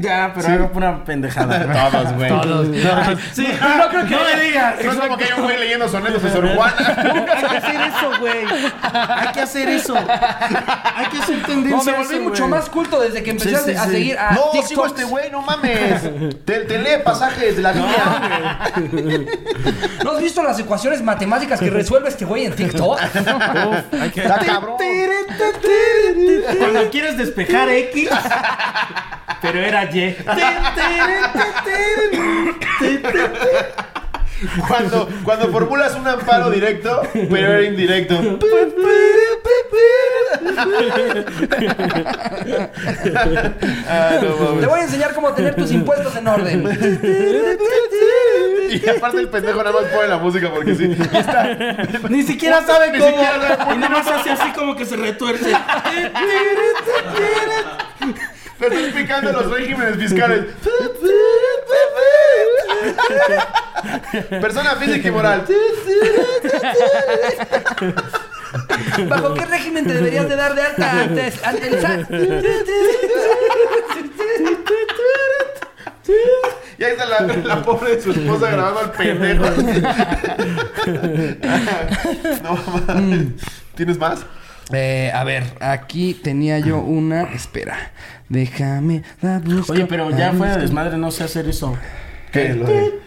C: Ya, pero hago pura pendejada.
B: Todos, güey.
A: Todos.
C: Sí, no creo que no le digas.
B: No es como que hay un güey leyendo sonetos de Sor Juana.
C: Hay que hacer eso, güey. Hay que hacer eso. Hay que hacer tendencia.
A: No, me
C: a
A: volví
C: eso,
A: mucho
C: güey.
A: más culto desde que empecé
C: Sí, sí,
A: a, a
C: sí.
A: seguir a
B: No, sigo a
A: Ah, TikToks.
B: este güey, no mames. Te, te lee pasajes de la Biblia.
A: ¿No has visto las ecuaciones matemáticas que resuelve este güey en TikTok?
B: Está cabrón.
C: Cuando quieres despejar X, pero era Y.
B: Cuando, cuando formulas un amparo directo, pero era indirecto. Ah, no mames.
A: Te voy a enseñar cómo tener tus impuestos en orden.
B: Y aparte el pendejo nada más pone la música porque sí. Y está-
C: Ni siquiera sabe
B: Ni
C: cómo.
B: siquiera sabe cómo.
C: y nada más hace así como que se retuerce.
B: le está explicando los regímenes fiscales. Persona física y moral.
A: ¿Bajo qué régimen te deberías de dar de alta antes? Ante el SAT?
B: Y ahí está la, la pobre de su esposa grabando al pendejo. No mames. ¿Tienes más?
A: Eh, a ver, aquí tenía yo una... Espera. Déjame... La busco,
C: Oye, pero ya
A: la
C: fue de
A: busco.
C: desmadre, no sé hacer eso.
B: ¿Qué? Lo de-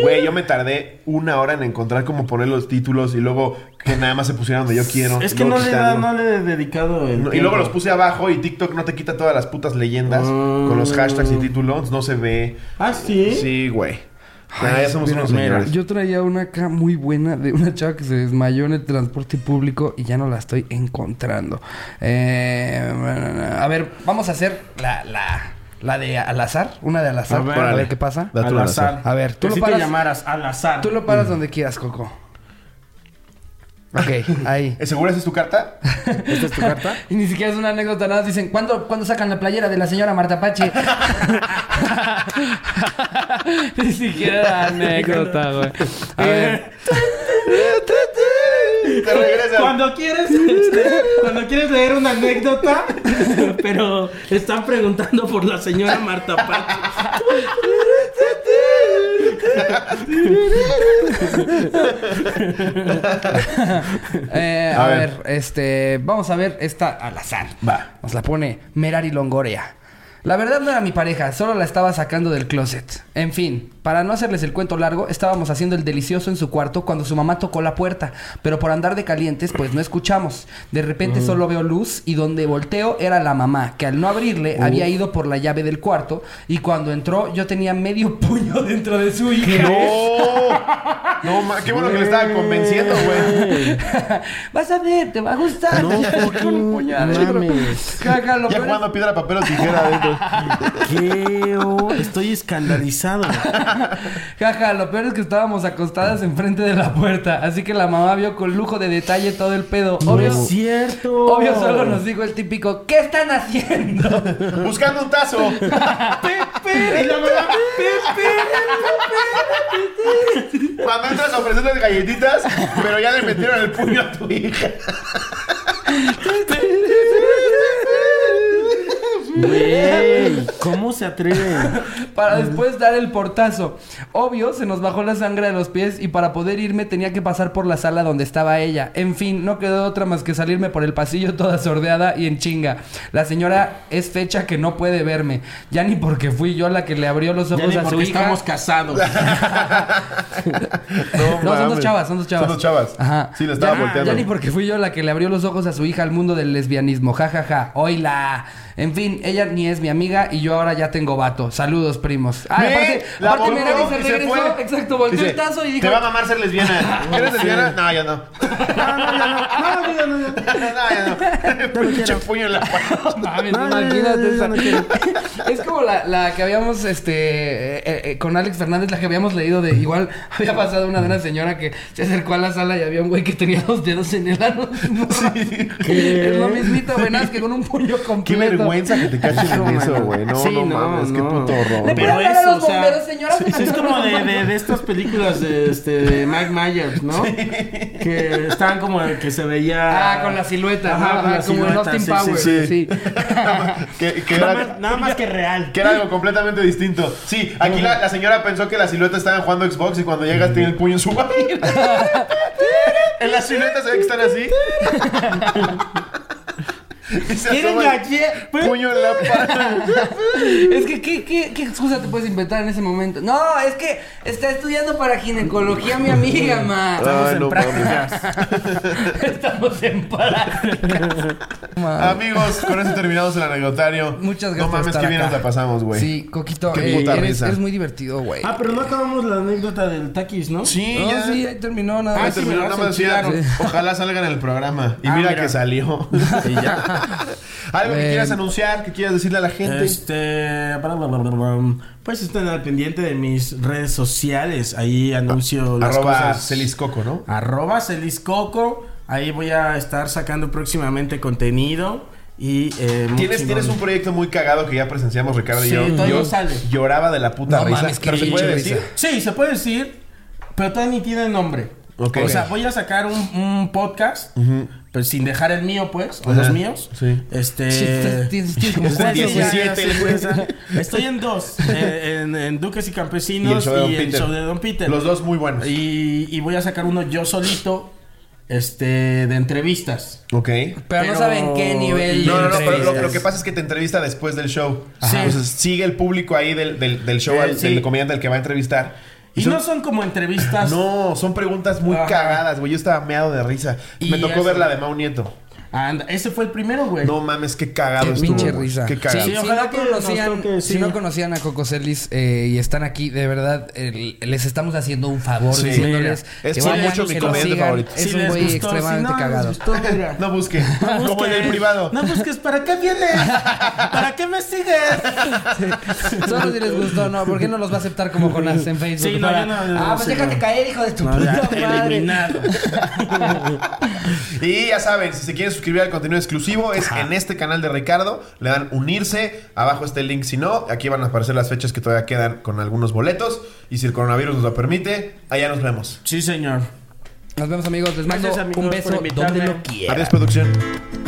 B: Güey, yo me tardé una hora en encontrar cómo poner los títulos y luego que nada más se pusieran donde yo quiero.
C: Es
B: y
C: que
B: luego
C: no le, da,
B: quitarlo.
C: no le he dedicado el.
B: No, y luego
C: tiempo.
B: los puse abajo y TikTok no te quita todas las putas leyendas con los hashtags
A: Ah.
B: y títulos, no se ve.
C: Ah, sí.
B: Sí, güey. Nah, ya somos unos
C: mira,
B: señores.
A: Yo traía una acá muy buena de una chava que se desmayó en el transporte público y ya no la estoy encontrando. Eh, a ver, vamos a hacer la, la, la de al azar, una de al azar,
C: A ver.
A: para ver
B: Órale.
A: qué pasa.
B: Da tú
C: Al
B: la
C: azar.
B: razón.
A: A ver, tú
C: Que
A: lo
C: si
A: paras-
C: te llamaras al azar.
A: Tú lo paras donde quieras, Coco. Ok, ahí.
B: ¿Eh, ¿Seguro esa es tu carta?
C: ¿Esta es tu carta?
A: Y ni siquiera es una anécdota, nada. más Dicen, ¿cuándo, ¿cuándo sacan la playera de la señora Marta Pache? ni siquiera era anécdota, güey. Eh, A ver.
B: Te regresas.
G: Cuando quieres, este, cuando quieres leer una anécdota, pero están preguntando por la señora Marta Paz.
A: Eh,
B: A
A: a,
B: ver.
A: ver. este, vamos a ver esta al azar.
B: Va.
A: Nos la pone Merari Longoria. La verdad no era mi pareja, solo la estaba sacando del closet. En fin, para no hacerles el cuento largo, estábamos haciendo el delicioso en su cuarto cuando su mamá tocó la puerta, pero por andar de calientes, pues no escuchamos. De repente
B: Mm.
A: solo veo luz y donde volteo era la mamá, que al no
B: Oh.
A: abrirle había ido por la llave del cuarto y cuando entró yo tenía medio puño dentro de su hija.
B: ¡No! No, ma, qué bueno que le estaba convenciendo, güey.
A: Vas a ver, te va a gustar.
C: Ah, No,
A: Con el puñal.
C: mames.
A: Caca, lo
B: Ya
A: peor es-
B: jugando piedra, papel o tijera adentro.
C: ¿Qué? o- Estoy escandalizado.
A: Jaja, lo peor es que estábamos acostadas enfrente de la puerta, así que la mamá vio con lujo de detalle todo el pedo.
C: No
A: Obvio,
C: es cierto.
A: obvio solo nos dijo el típico, ¿qué están haciendo?
B: Buscando un tazo.
A: Pepe,
B: Cuando entras a ofrecerles galletitas, pero ya le metieron el puño a tu hija.
C: Güey, ¿cómo se atreve?
A: para después dar el portazo. Obvio, se nos bajó la sangre de los pies y para poder irme tenía que pasar por la sala donde estaba ella. En fin, no quedó otra más que salirme por el pasillo toda sordeada y en chinga. La señora es fecha que no puede verme, ya ni porque fui yo la que le abrió los
C: Ya
A: ojos
C: ni
A: a su
C: porque
A: hija.
C: estamos casados.
A: No, son dos
B: mames.
A: chavas, son dos chavas.
B: Son dos chavas.
A: Ajá.
B: Sí, le estaba
A: ya, Ah,
B: volteando.
A: Ya ni porque fui yo la que le abrió los ojos a su hija al mundo del lesbianismo. Ja, ja, ja. Oila. En fin, ella ni es mi amiga y yo ahora ya tengo vato. Saludos, primos. Ah,
B: Ve,
A: aparte,
B: la
A: aparte mira,
B: volteó
A: dice,
B: y se
A: regresó.
B: fue.
A: Exacto, volteó
B: Dice,
A: el tazo y dijo...
B: Te va a mamar ser lesbiana. ¿Eres lesbiana? No, ya no. No, ya no. Pinche puño en la panza.
A: Mames, imagínate esa. Es como la, la que habíamos, este, eh, eh, con Alex Fernández, la que habíamos leído de igual había pasado una de una señora que se acercó a la sala y había un güey que tenía los dedos en el ano. Es lo mismito, güey, nada más que con un puño
B: Qué
A: completo.
B: vergüenza que te cachen en eso, güey. No,
C: Sí,
B: no
C: no,
B: mames, qué
C: no.
B: puto
A: Le
B: horror.
A: puede
C: Pero
A: hablar a
C: eso,
A: los
C: o sea,
A: bomberos, señora.
C: sí, sí, es como de, de- de estas películas de, este, de Mike Myers, ¿no? Que estaban como que se veía.
A: Ah, con la silueta,
C: Ajá,
A: ajá,
C: con la
A: ajá, como en
C: silueta,
A: Austin
C: sí,
A: Powers.
C: sí,
A: Sí,
B: sí. Que, que
C: Nada más,
B: era,
C: nada más que real.
B: que era algo completamente distinto. Sí, aquí la, la señora pensó que la silueta estaban jugando Xbox y cuando llegas tiene el puño en su mano. en la silueta se ve que están así. Y se
C: ¿Quieren
B: asoman,
C: galle-
B: Puño en la panza.
A: Es que, ¿qué, qué, qué excusa te puedes inventar en ese momento? No, es que está estudiando para ginecología mi amiga, ma.
B: Ay, no
A: Estamos en prácticas. Ma.
C: Ah,
B: Amigos, con eso terminamos el anecdotario.
A: Muchas gracias.
B: No mames,
A: por
B: qué
A: estar
B: bien
A: acá.
B: nos la pasamos, güey.
A: Sí, Coquito,
B: Qué
A: eh,
B: puta
A: eres,
B: risa. pues,
A: eres muy divertido, güey.
C: Ah, pero no acabamos la anécdota del taquis, ¿no?
B: Sí,
A: No,
B: ya
A: sí, ahí terminó nada
C: Ah,
B: Ya
A: más.
C: sí,
B: terminó,
C: me
B: nada
C: vas
B: más
C: a
B: decía,
C: enchilar,
B: Ojalá salga en el programa. Y
C: Ah,
B: mira,
C: mira.
B: que salió.
C: Y ya.
B: Algo que
A: Bueno.
B: quieras anunciar, que quieras decirle a la gente.
C: Este, bla, bla, bla, bla, bla. pues estén al pendiente de mis redes sociales. Ahí anuncio las
B: Arroba
C: cosas. Ah,
B: Celiscoco, ¿no?
C: Arroba Celiscoco. Ahí voy a estar sacando próximamente contenido. Y eh, muy
B: Tienes,
C: chingón.
B: tienes un proyecto muy cagado que ya presenciamos, Ricardo y
C: Sí,
B: yo.
C: todavía
B: Yo
C: no sale.
B: Lloraba de la puta
A: No
B: risa.
A: mames, qué
B: pero se puede
A: pinche
B: decir.
A: risa.
C: Sí, se puede decir, pero todavía ni tiene nombre.
B: Ok.
C: O sea, voy a sacar un, un podcast, pero sin dejar el mío, pues, o
B: Ajá.
C: los míos.
B: Sí.
C: Este.
A: Tienes- tienes- tienes como
B: Este
A: cuatro,
B: día
A: güey.
B: sí, sí. 17,
C: sí,
B: güey.
C: o sea, eh, Estoy en dos, eh, en, en Duques y
B: Y el
C: Campesinos
B: show de Don
C: y el
B: Peter.
C: show de Don Peter.
B: Los dos muy buenos.
C: Y, y voy a sacar uno yo solito, este, de entrevistas.
B: Ok.
A: Pero no
C: Pero-
A: saben qué nivel.
B: No, no, no,
A: de
B: pero lo,
A: entrevistas.
B: lo que pasa es que te entrevista después del show.
C: Ajá.
B: Entonces sigue el público ahí del, del, del show,
C: Eh,
B: al-
C: sí.
B: del comediante al que va a entrevistar.
C: Y
B: son-
C: no son como entrevistas.
B: No, son preguntas muy
C: Ajá.
B: cagadas, güey. Yo estaba meado de risa.
C: Y
B: Me tocó
C: eso.
B: ver la de Mau Nieto.
C: Anda, ese fue el primero, güey.
B: No mames, qué cagado
A: Qué
B: estuvo.
A: pinche
B: güey.
A: risa.
B: Qué cagado.
A: Sí,
C: Sí,
A: si,
C: ojalá
A: no
C: que nos
A: conocían,
C: toque,
A: si
C: sí.
A: no conocían a Coco Celis eh, y están aquí, de verdad, el- les estamos haciendo un favor
B: Sí.
A: diciéndoles
B: Es
A: que
B: por
A: vayan
B: mucho
A: y
B: mi
A: que lo
B: comediante
A: sigan.
B: favorito.
A: Es
C: Si
A: un
C: les
A: güey
C: gustó, si
A: extremadamente
C: no les
A: cagado.
C: gustó, mira.
B: No busques.
C: No
B: Como en el
C: busques.
B: privado.
C: No busques, ¿para qué vienes? ¿Para qué me sigues?
A: Solo si les gustó, no, ¿por qué no los va a aceptar como Jonás en Facebook?
C: Sí, no,
A: Para-
C: yo no, yo no,
A: ah, pues
C: sí,
A: déjate
C: no.
A: caer, hijo de tu
C: No, ya,
A: puta madre.
C: eliminado.
B: Y ya saben, si se quieren suscribir al contenido exclusivo, es en este canal de Ricardo. Le dan unirse. Abajo está el link. Si no, aquí van a aparecer las fechas que todavía quedan con algunos boletos. Y si el coronavirus nos lo permite, allá nos vemos.
C: Sí, señor.
A: Nos vemos, amigos. Les mando
C: Gracias, amigos,
A: un
C: por
A: beso
C: invitarme.
A: donde lo quieran.
B: Adiós, producción.